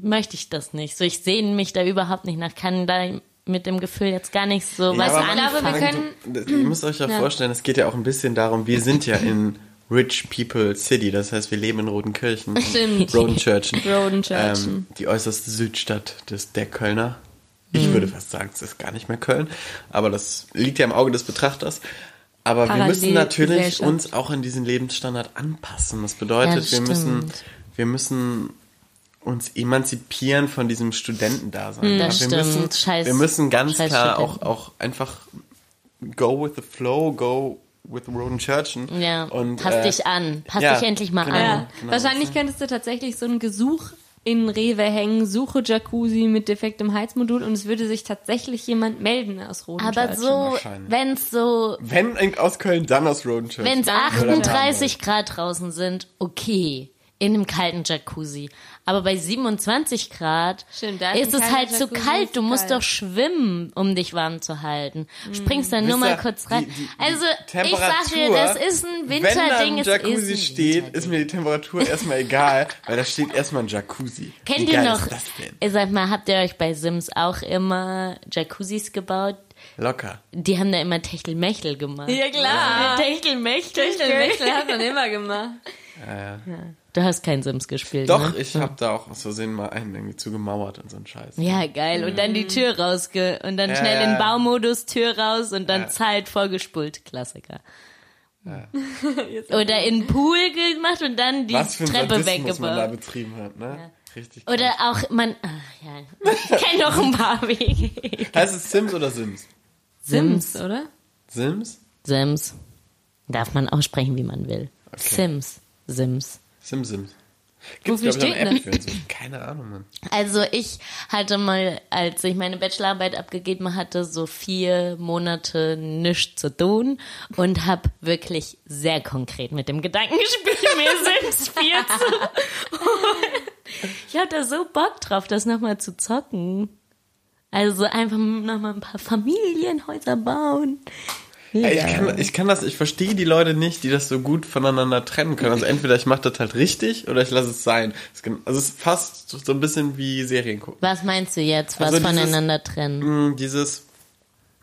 [SPEAKER 4] möchte ich das nicht. So, ich sehne mich da überhaupt nicht nach, kann da mit dem Gefühl jetzt gar nicht so was
[SPEAKER 2] aber
[SPEAKER 3] ich
[SPEAKER 4] anfangen.
[SPEAKER 3] glaube, wir können-
[SPEAKER 2] Das, ihr müsst euch ja,
[SPEAKER 3] Ja.
[SPEAKER 2] vorstellen, es geht ja auch ein bisschen darum, wir sind ja in Rich People City, das heißt, wir leben in Rodenkirchen.
[SPEAKER 3] Stimmt.
[SPEAKER 2] Rodenkirchen.
[SPEAKER 3] Rodenkirchen.
[SPEAKER 2] Ähm, die äußerste Südstadt des, der Kölner. Ich
[SPEAKER 3] Mhm.
[SPEAKER 2] würde fast sagen, es ist gar nicht mehr Köln, aber das liegt ja im Auge des Betrachters. Aber wir
[SPEAKER 3] Parallel-
[SPEAKER 2] müssen natürlich
[SPEAKER 3] Gesellschaft.
[SPEAKER 2] uns auch an diesen Lebensstandard anpassen. Das bedeutet,
[SPEAKER 4] Ja, das
[SPEAKER 2] wir, müssen,
[SPEAKER 4] stimmt.
[SPEAKER 2] wir müssen uns emanzipieren von diesem Studentendasein.
[SPEAKER 4] Hm, Das
[SPEAKER 2] wir,
[SPEAKER 4] stimmt.
[SPEAKER 2] müssen,
[SPEAKER 4] Scheiß-
[SPEAKER 2] wir müssen ganz
[SPEAKER 4] scheiß
[SPEAKER 2] klar
[SPEAKER 4] Studenten.
[SPEAKER 2] auch, auch einfach go with the flow, go with Roden Churchen.
[SPEAKER 4] Ja,
[SPEAKER 2] Und,
[SPEAKER 4] pass
[SPEAKER 2] äh,
[SPEAKER 4] dich an. Pass
[SPEAKER 2] ja,
[SPEAKER 4] dich endlich mal
[SPEAKER 2] genau.
[SPEAKER 4] an.
[SPEAKER 3] Ja, wahrscheinlich könntest du tatsächlich so ein Gesuch in Rewe hängen, suche Jacuzzi mit defektem Heizmodul und es würde sich tatsächlich jemand melden aus Rodenkirchen.
[SPEAKER 4] Aber so,
[SPEAKER 2] wahrscheinlich.
[SPEAKER 4] wenn's so,
[SPEAKER 2] Wenn irgend- aus Köln, dann aus Roden Churchen.
[SPEAKER 4] wenn's
[SPEAKER 2] Oder
[SPEAKER 4] 38
[SPEAKER 2] halt.
[SPEAKER 4] Grad draußen sind, okay. In einem kalten Jacuzzi. Aber bei 27 Grad
[SPEAKER 3] Stimmt, da ist
[SPEAKER 4] ist
[SPEAKER 3] ein
[SPEAKER 4] es
[SPEAKER 3] kalter
[SPEAKER 4] halt zu
[SPEAKER 3] Jacuzzi,
[SPEAKER 4] kalt.
[SPEAKER 3] ist
[SPEAKER 4] Du musst
[SPEAKER 3] kalt. Mhm.
[SPEAKER 4] doch schwimmen, um dich warm zu halten. Springst dann nur
[SPEAKER 2] Wisst ihr,
[SPEAKER 4] mal kurz rein.
[SPEAKER 2] die- die- die
[SPEAKER 4] also, ich sag
[SPEAKER 2] Temperatur,
[SPEAKER 4] dir, das ist ein
[SPEAKER 2] Wenn da
[SPEAKER 4] Winterding.
[SPEAKER 2] ein
[SPEAKER 4] es
[SPEAKER 2] Jacuzzi
[SPEAKER 4] ist ein
[SPEAKER 2] steht,
[SPEAKER 4] Winterding.
[SPEAKER 2] ist mir die Temperatur erstmal egal, weil da steht erstmal ein Jacuzzi.
[SPEAKER 4] Kennt
[SPEAKER 2] Wie
[SPEAKER 4] ihr
[SPEAKER 2] geil
[SPEAKER 4] noch,
[SPEAKER 2] Ist das denn?
[SPEAKER 4] ihr sagt mal, habt ihr euch bei Sims auch immer Jacuzzis gebaut?
[SPEAKER 2] Locker.
[SPEAKER 4] Die haben da immer Techtelmechtel gemacht.
[SPEAKER 3] Ja, klar.
[SPEAKER 4] Techtelmechtel.
[SPEAKER 3] Wechsel hat man immer gemacht.
[SPEAKER 4] Du hast kein Sims gespielt.
[SPEAKER 2] Doch,
[SPEAKER 4] ne?
[SPEAKER 2] ich habe da auch aus Versehen mal einen irgendwie zugemauert und so einen Scheiß.
[SPEAKER 4] Ja, geil. Und dann die Tür rausge. Und dann
[SPEAKER 2] Mhm. Ja,
[SPEAKER 4] schnell
[SPEAKER 2] ja.
[SPEAKER 4] in Baumodus, Tür raus und dann
[SPEAKER 2] Ja.
[SPEAKER 4] zahlt vorgespult. Klassiker. Oder in den Pool gemacht und dann die
[SPEAKER 2] Was für ein
[SPEAKER 4] Treppe
[SPEAKER 2] Sadismus man da
[SPEAKER 4] weggebaut.
[SPEAKER 2] betrieben hat, ne? Richtig.
[SPEAKER 4] Oder auch man. Ach ja, ich kenne doch ein paar Wege.
[SPEAKER 2] Heißt es Sims oder Sims?
[SPEAKER 3] Sims, oder?
[SPEAKER 2] Sims?
[SPEAKER 4] Sims. Darf man aussprechen, wie man will. Sims. Sims.
[SPEAKER 2] Sim Sims. Gibt's,
[SPEAKER 3] Wofür
[SPEAKER 2] glaub ich, auch eine App
[SPEAKER 3] steht
[SPEAKER 2] für und so. Keine Ahnung, Mann.
[SPEAKER 4] Also ich hatte mal, als ich meine Bachelorarbeit abgegeben hatte, so vier Monate nichts zu tun und habe wirklich sehr konkret mit dem Gedanken gespielt, mir Sims 4 zu holen. Ich habe da so Bock drauf, das nochmal zu zocken. Also einfach nochmal ein paar Familienhäuser bauen.
[SPEAKER 2] Ey, ich, kann, ich kann das, ich verstehe die Leute nicht, die das so gut voneinander trennen können. Also entweder ich mache das halt richtig oder ich lasse es sein. Es kann- Also es ist fast so- so ein bisschen wie Serien gucken.
[SPEAKER 4] Was meinst du jetzt, was
[SPEAKER 2] Also dieses-
[SPEAKER 4] voneinander trennen?
[SPEAKER 2] Hm, Dieses,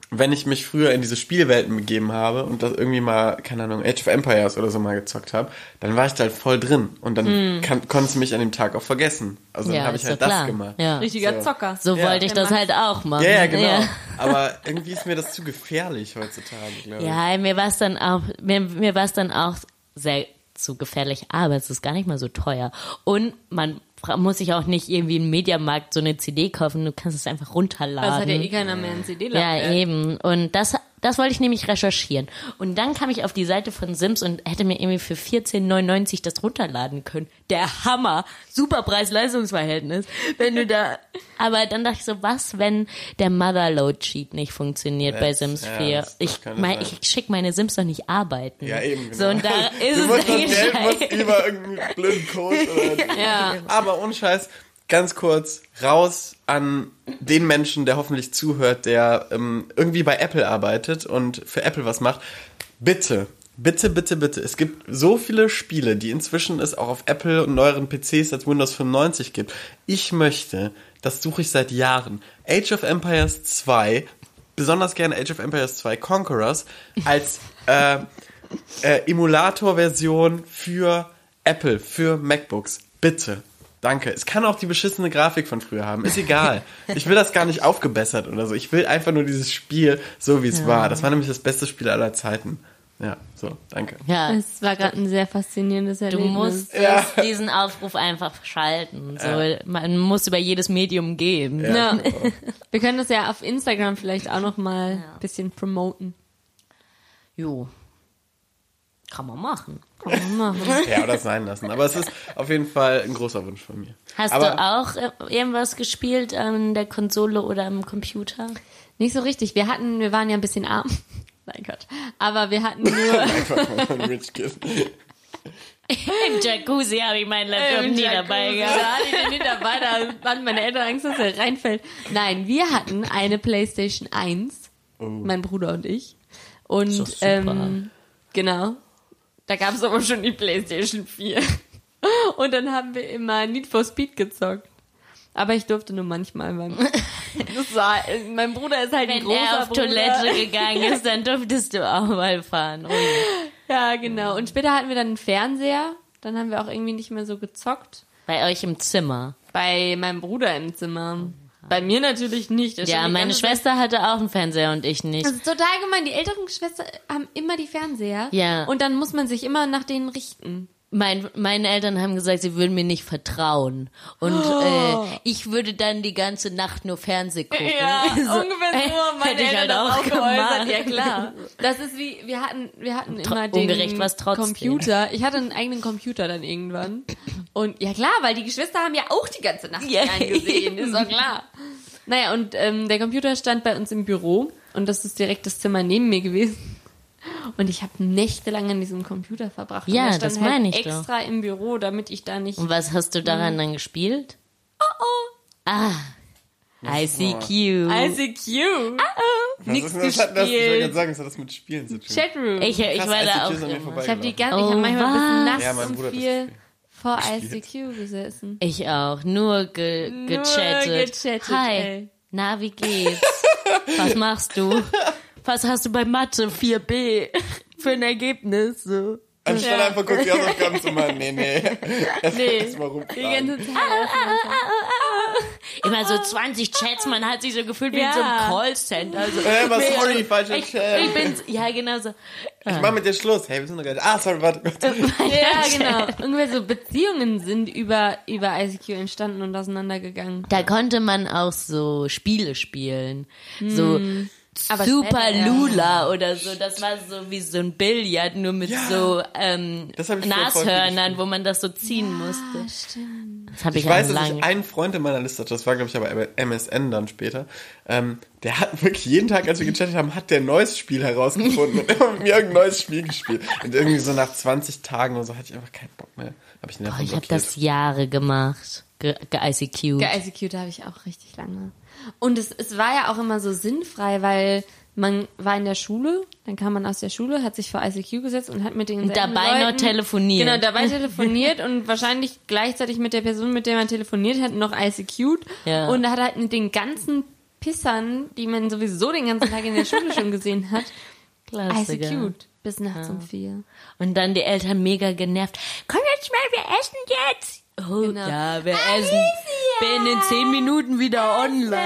[SPEAKER 2] wenn ich mich früher in diese Spielwelten begeben habe und das irgendwie mal, keine Ahnung, Age of Empires oder so mal gezockt habe, dann war ich da halt voll drin und dann kann, konnte es mich an dem Tag auch vergessen. Also dann
[SPEAKER 4] Hm. ja,
[SPEAKER 2] habe ich
[SPEAKER 4] ist
[SPEAKER 2] halt
[SPEAKER 4] doch
[SPEAKER 2] das
[SPEAKER 4] klar.
[SPEAKER 2] gemacht.
[SPEAKER 4] Ja.
[SPEAKER 3] Richtiger
[SPEAKER 2] So.
[SPEAKER 3] Zocker.
[SPEAKER 4] So
[SPEAKER 2] Ja.
[SPEAKER 4] wollte ich
[SPEAKER 3] Der
[SPEAKER 4] das
[SPEAKER 3] Max.
[SPEAKER 4] halt auch machen.
[SPEAKER 2] Ja, ja, genau.
[SPEAKER 4] Ja.
[SPEAKER 2] Aber irgendwie ist mir das zu gefährlich heutzutage, glaube ich.
[SPEAKER 4] Ja, mir war es dann auch, mir, mir war es dann auch sehr zu gefährlich, aber es ist gar nicht mal so teuer. Und man fra- muss sich auch nicht irgendwie im Mediamarkt so eine CD kaufen, du kannst es einfach runterladen.
[SPEAKER 3] Das hat ja eh keiner mehr in cd
[SPEAKER 4] ja,
[SPEAKER 3] ja,
[SPEAKER 2] äh.
[SPEAKER 4] eben. Und das, das wollte ich nämlich recherchieren. Und dann kam ich auf die Seite von Sims und hätte mir irgendwie für 14,99 das runterladen können. Der Hammer. Super Preis-Leistungs-Verhältnis. Wenn du da, aber dann dachte ich so, was, wenn der Motherload-Cheat nicht funktioniert bei
[SPEAKER 2] Das-
[SPEAKER 4] Sims
[SPEAKER 2] ja,
[SPEAKER 4] 4?
[SPEAKER 2] das- das
[SPEAKER 4] ich
[SPEAKER 2] kann
[SPEAKER 4] mein,
[SPEAKER 2] sein.
[SPEAKER 4] ich schicke meine Sims doch nicht arbeiten.
[SPEAKER 2] Ja, eben. genau.
[SPEAKER 4] So, und da ist
[SPEAKER 2] du
[SPEAKER 4] es
[SPEAKER 2] musst das
[SPEAKER 4] dann
[SPEAKER 2] Geld musst
[SPEAKER 4] gescheit.
[SPEAKER 2] über irgendeinen blöden Code oder
[SPEAKER 3] Ja.
[SPEAKER 2] Aber ohne Scheiß, ganz kurz, raus an den Menschen, der hoffentlich zuhört, der ähm, irgendwie bei Apple arbeitet und für Apple was macht. Bitte, bitte, bitte, bitte. Es gibt so viele Spiele, die inzwischen es auch auf Apple und neueren PCs als Windows 95 gibt. Ich möchte, das suche ich seit Jahren, Age of Empires 2, besonders gerne Age of Empires 2 Conquerors, als äh, äh, Emulator-Version für Apple, für MacBooks. Bitte. Danke. Es kann auch die beschissene Grafik von früher haben. Ist egal. Ich will das gar nicht aufgebessert oder so. Ich will einfach nur dieses Spiel so, wie es war. Das war nämlich das beste Spiel aller Zeiten. Ja, so. Danke.
[SPEAKER 4] Ja.
[SPEAKER 3] Es war gerade ein sehr faszinierendes
[SPEAKER 4] Du
[SPEAKER 3] Erlebnis.
[SPEAKER 4] musst das- diesen Aufruf einfach schalten. So, Man muss über jedes Medium gehen.
[SPEAKER 3] Ja. Wir können das ja auf Instagram vielleicht auch noch mal ein bisschen promoten.
[SPEAKER 4] Jo. Kann man machen.
[SPEAKER 3] Kann man machen.
[SPEAKER 2] Ja, oder es sein lassen. Aber es ist auf jeden Fall ein großer Wunsch von mir.
[SPEAKER 4] Hast
[SPEAKER 2] Aber
[SPEAKER 4] du auch äh, irgendwas gespielt an der Konsole oder am Computer?
[SPEAKER 3] Nicht so richtig. Wir hatten, wir waren ja ein bisschen arm. Mein Gott. Aber wir hatten nur
[SPEAKER 2] ein Rich Kid.
[SPEAKER 4] Im Jacuzzi habe ich meinen Laptop nie dabei gehabt.
[SPEAKER 3] Da hatte ich den nie dabei, da hatten meine Eltern Angst, dass er reinfällt. Nein, wir hatten eine Playstation 1, mein Bruder und ich. Und
[SPEAKER 4] Oh. doch super.
[SPEAKER 3] ähm, genau, da gab es aber schon die Playstation 4. Und dann haben wir immer Need for Speed gezockt. Aber ich durfte nur manchmal. Weil das war, mein Bruder ist halt ein
[SPEAKER 4] Wenn
[SPEAKER 3] großer
[SPEAKER 4] er auf
[SPEAKER 3] Bruder.
[SPEAKER 4] Toilette gegangen ist, dann durftest du auch mal fahren. Und
[SPEAKER 3] Ja, genau. Und später hatten wir dann einen Fernseher. Dann haben wir auch irgendwie nicht mehr so gezockt.
[SPEAKER 4] bei euch im Zimmer.
[SPEAKER 3] Bei meinem Bruder im Zimmer. Bei mir natürlich nicht. Das
[SPEAKER 4] Ja,
[SPEAKER 3] steht die
[SPEAKER 4] meine
[SPEAKER 3] ganze
[SPEAKER 4] Schwester hatte auch einen Fernseher und ich nicht.
[SPEAKER 3] Das ist total gemein. Die älteren Geschwister haben immer die Fernseher.
[SPEAKER 4] Ja.
[SPEAKER 3] Und dann muss man sich immer nach denen richten.
[SPEAKER 4] Mein, meine Eltern haben gesagt, sie würden mir nicht vertrauen. Und äh, ich würde dann die ganze Nacht nur Fernseh gucken. So, äh, hätte ich halt auch gemacht.
[SPEAKER 3] Ja, klar. Das ist wie, wir hatten, wir hatten immer den
[SPEAKER 4] ungerecht war's trotzdem.
[SPEAKER 3] Computer. Ich hatte einen eigenen Computer dann irgendwann. Und ja, klar, weil die Geschwister haben ja auch die ganze Nacht
[SPEAKER 4] Ja,
[SPEAKER 3] reingesehen. Ist doch klar. Naja, und ähm, der Computer stand bei uns im Büro. Und das ist direkt das Zimmer neben mir gewesen. Und ich habe nächtelang an diesem Computer verbracht.
[SPEAKER 4] Ja,
[SPEAKER 3] und der stand
[SPEAKER 4] das
[SPEAKER 3] halt
[SPEAKER 4] meine ich doch.
[SPEAKER 3] extra im Büro, damit ich da nicht
[SPEAKER 4] Und was hast du daran dann gespielt? Ah, Oh oh. Ah. ICQ.
[SPEAKER 3] ICQ.
[SPEAKER 4] Ah.
[SPEAKER 3] Nichts
[SPEAKER 2] das hat das, ich wollte
[SPEAKER 3] gespielt.
[SPEAKER 2] gerade sagen, das hat das mit Spielen zu tun.
[SPEAKER 3] Chatroom.
[SPEAKER 4] Ich, ich war da auch.
[SPEAKER 2] ICQ ist an mir
[SPEAKER 4] immer.
[SPEAKER 3] ich habe die
[SPEAKER 2] vorbeigelaufen.
[SPEAKER 3] ganze, ich
[SPEAKER 4] Oh,
[SPEAKER 3] habe manchmal ein bisschen nachts
[SPEAKER 2] Ja, mein Bruder
[SPEAKER 3] um
[SPEAKER 2] hat das
[SPEAKER 3] vier
[SPEAKER 2] gespielt.
[SPEAKER 3] vor ICQ gesessen.
[SPEAKER 4] Ich auch. Nur, ge gechattet.
[SPEAKER 3] gechattet,
[SPEAKER 4] Hi.
[SPEAKER 3] ey.
[SPEAKER 4] Na, wie geht's? was machst du? Was hast du bei Mathe 4b für ein Ergebnis? So.
[SPEAKER 2] Anstatt einfach kurz die Hausaufgaben zu machen. Nee, nee.
[SPEAKER 3] Nee,
[SPEAKER 2] Erstmal
[SPEAKER 3] die ganze
[SPEAKER 2] rumfragen.
[SPEAKER 3] Zeit.
[SPEAKER 4] immer so 20 Chats, man hat sich so gefühlt wie in
[SPEAKER 3] Ja.
[SPEAKER 4] so einem Callcenter. So,
[SPEAKER 2] Äh, was, sorry, falscher
[SPEAKER 4] also ich,
[SPEAKER 2] Chat.
[SPEAKER 4] ich bin, ja genau so.
[SPEAKER 2] Ich mach mit dir Schluss. Hey, wir sind noch gar nicht. Ah, sorry, warte. Gott.
[SPEAKER 3] Ja, genau. Irgendwie so Beziehungen sind über, über ICQ entstanden und auseinandergegangen.
[SPEAKER 4] Da konnte man auch so Spiele spielen. So
[SPEAKER 3] Hm. Aber
[SPEAKER 4] Super
[SPEAKER 3] später, ja.
[SPEAKER 4] Lula oder so. Das war so wie so ein Billard, nur mit
[SPEAKER 2] Ja.
[SPEAKER 4] so ähm,
[SPEAKER 2] Das hab ich voll
[SPEAKER 4] Nashörnern, wo man das so ziehen musste.
[SPEAKER 3] Stimmt.
[SPEAKER 4] Das habe ich,
[SPEAKER 2] Ich weiß, dass
[SPEAKER 4] lange.
[SPEAKER 2] ich einen Freund in meiner Liste hatte, das war, glaube ich, aber bei MSN dann später, ähm, der hat wirklich jeden Tag, als wir gechattet haben, hat der ein neues Spiel herausgefunden und immer mit mir irgendein neues Spiel gespielt. Und irgendwie so nach 20 Tagen oder so hatte ich einfach keinen Bock mehr. Hab ich ihn
[SPEAKER 4] Oh,
[SPEAKER 2] davon
[SPEAKER 4] ich habe
[SPEAKER 2] blockiert.
[SPEAKER 4] das Jahre gemacht. Ge ge ICQ.
[SPEAKER 3] ICQ, da habe ich auch richtig lange. Und es, es war ja auch immer so sinnfrei, weil man war in der Schule, dann kam man aus der Schule, hat sich vor ICQ gesetzt und hat mit den selben
[SPEAKER 4] dabei noch
[SPEAKER 3] Leuten-
[SPEAKER 4] telefoniert.
[SPEAKER 3] Genau, dabei telefoniert und wahrscheinlich gleichzeitig mit der Person, mit der man telefoniert hat, noch ICQ'd.
[SPEAKER 4] Ja.
[SPEAKER 3] Und hat halt mit den ganzen Pissern, die man sowieso den ganzen Tag in der Schule schon gesehen hat,
[SPEAKER 4] Klassiker.
[SPEAKER 3] ICQ'd. Bis nachts um vier.
[SPEAKER 4] Und dann die Eltern mega genervt. Komm jetzt schnell, wir essen jetzt. Oh,
[SPEAKER 3] Genau.
[SPEAKER 4] ja, wir essen. Bin in zehn Minuten wieder online.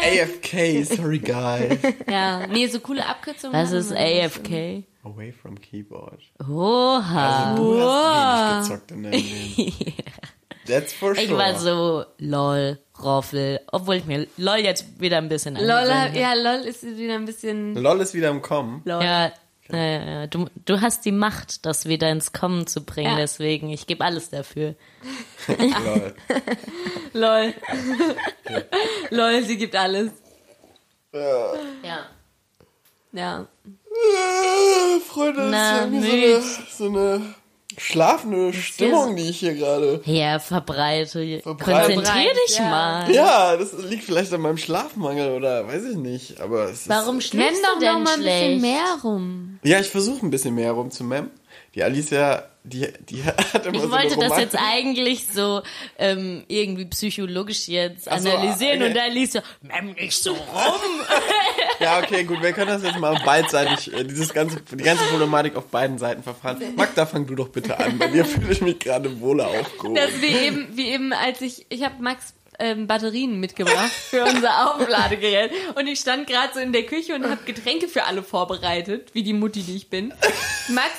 [SPEAKER 2] AFK, sorry guys.
[SPEAKER 3] Ja, nee, so coole Abkürzungen.
[SPEAKER 4] Was
[SPEAKER 3] haben
[SPEAKER 4] ist
[SPEAKER 3] wir
[SPEAKER 4] AFK?
[SPEAKER 2] Away from keyboard.
[SPEAKER 4] Oha.
[SPEAKER 2] Du hast wenig gezockt in deinem Leben. That's for sure.
[SPEAKER 4] Ich war so, lol, Roffel. Obwohl ich mir lol jetzt wieder ein bisschen
[SPEAKER 3] LOL,
[SPEAKER 4] angewöhnt
[SPEAKER 3] ja, LOL ist wieder ein bisschen.
[SPEAKER 2] LOL ist wieder im Kommen.
[SPEAKER 4] hab. Ja, ja, ja, du, du hast die Macht, das wieder ins Kommen zu bringen,
[SPEAKER 3] Ja.
[SPEAKER 4] deswegen, ich gebe alles dafür.
[SPEAKER 2] LOL.
[SPEAKER 3] LOL. LOL, sie gibt alles.
[SPEAKER 4] Ja.
[SPEAKER 3] Ja.
[SPEAKER 2] Äh, Freunde,
[SPEAKER 4] Na,
[SPEAKER 2] das ist irgendwie
[SPEAKER 4] Mensch.
[SPEAKER 2] so eine, so eine schlafende Stimmung, die ich hier gerade.
[SPEAKER 4] Ja, verbreite.
[SPEAKER 2] Verbreite.
[SPEAKER 4] Konzentrier dich
[SPEAKER 3] Ja.
[SPEAKER 4] mal.
[SPEAKER 2] Ja, das liegt vielleicht an meinem Schlafmangel oder weiß ich nicht, aber es ist.
[SPEAKER 4] Warum
[SPEAKER 3] Nenn
[SPEAKER 4] schläfst
[SPEAKER 3] doch
[SPEAKER 4] du denn
[SPEAKER 3] noch mal ein
[SPEAKER 4] schlecht?
[SPEAKER 3] bisschen mehr rum.
[SPEAKER 2] Ja, ich versuche ein bisschen mehr rumzumemmen. Die Alicia, die, die hat immer
[SPEAKER 4] Ich
[SPEAKER 2] so
[SPEAKER 4] wollte
[SPEAKER 2] eine
[SPEAKER 4] das
[SPEAKER 2] Romantik.
[SPEAKER 4] jetzt eigentlich so ähm, irgendwie psychologisch jetzt
[SPEAKER 2] Ach so,
[SPEAKER 4] analysieren
[SPEAKER 2] okay.
[SPEAKER 4] und dann liest so, Mem nicht so rum.
[SPEAKER 2] Ja, okay, gut, wir können das jetzt mal beidseitig, äh, dieses ganze, die ganze Problematik auf beiden Seiten verfahren. Magda, fang du doch bitte an, bei dir fühle ich mich gerade wohler aufgehoben.
[SPEAKER 3] Das ist wie eben, wie eben, als ich, ich habe Max ähm, Batterien mitgebracht für unser Aufladegerät und ich stand gerade so in der Küche und habe Getränke für alle vorbereitet, wie die Mutti, die ich bin. Max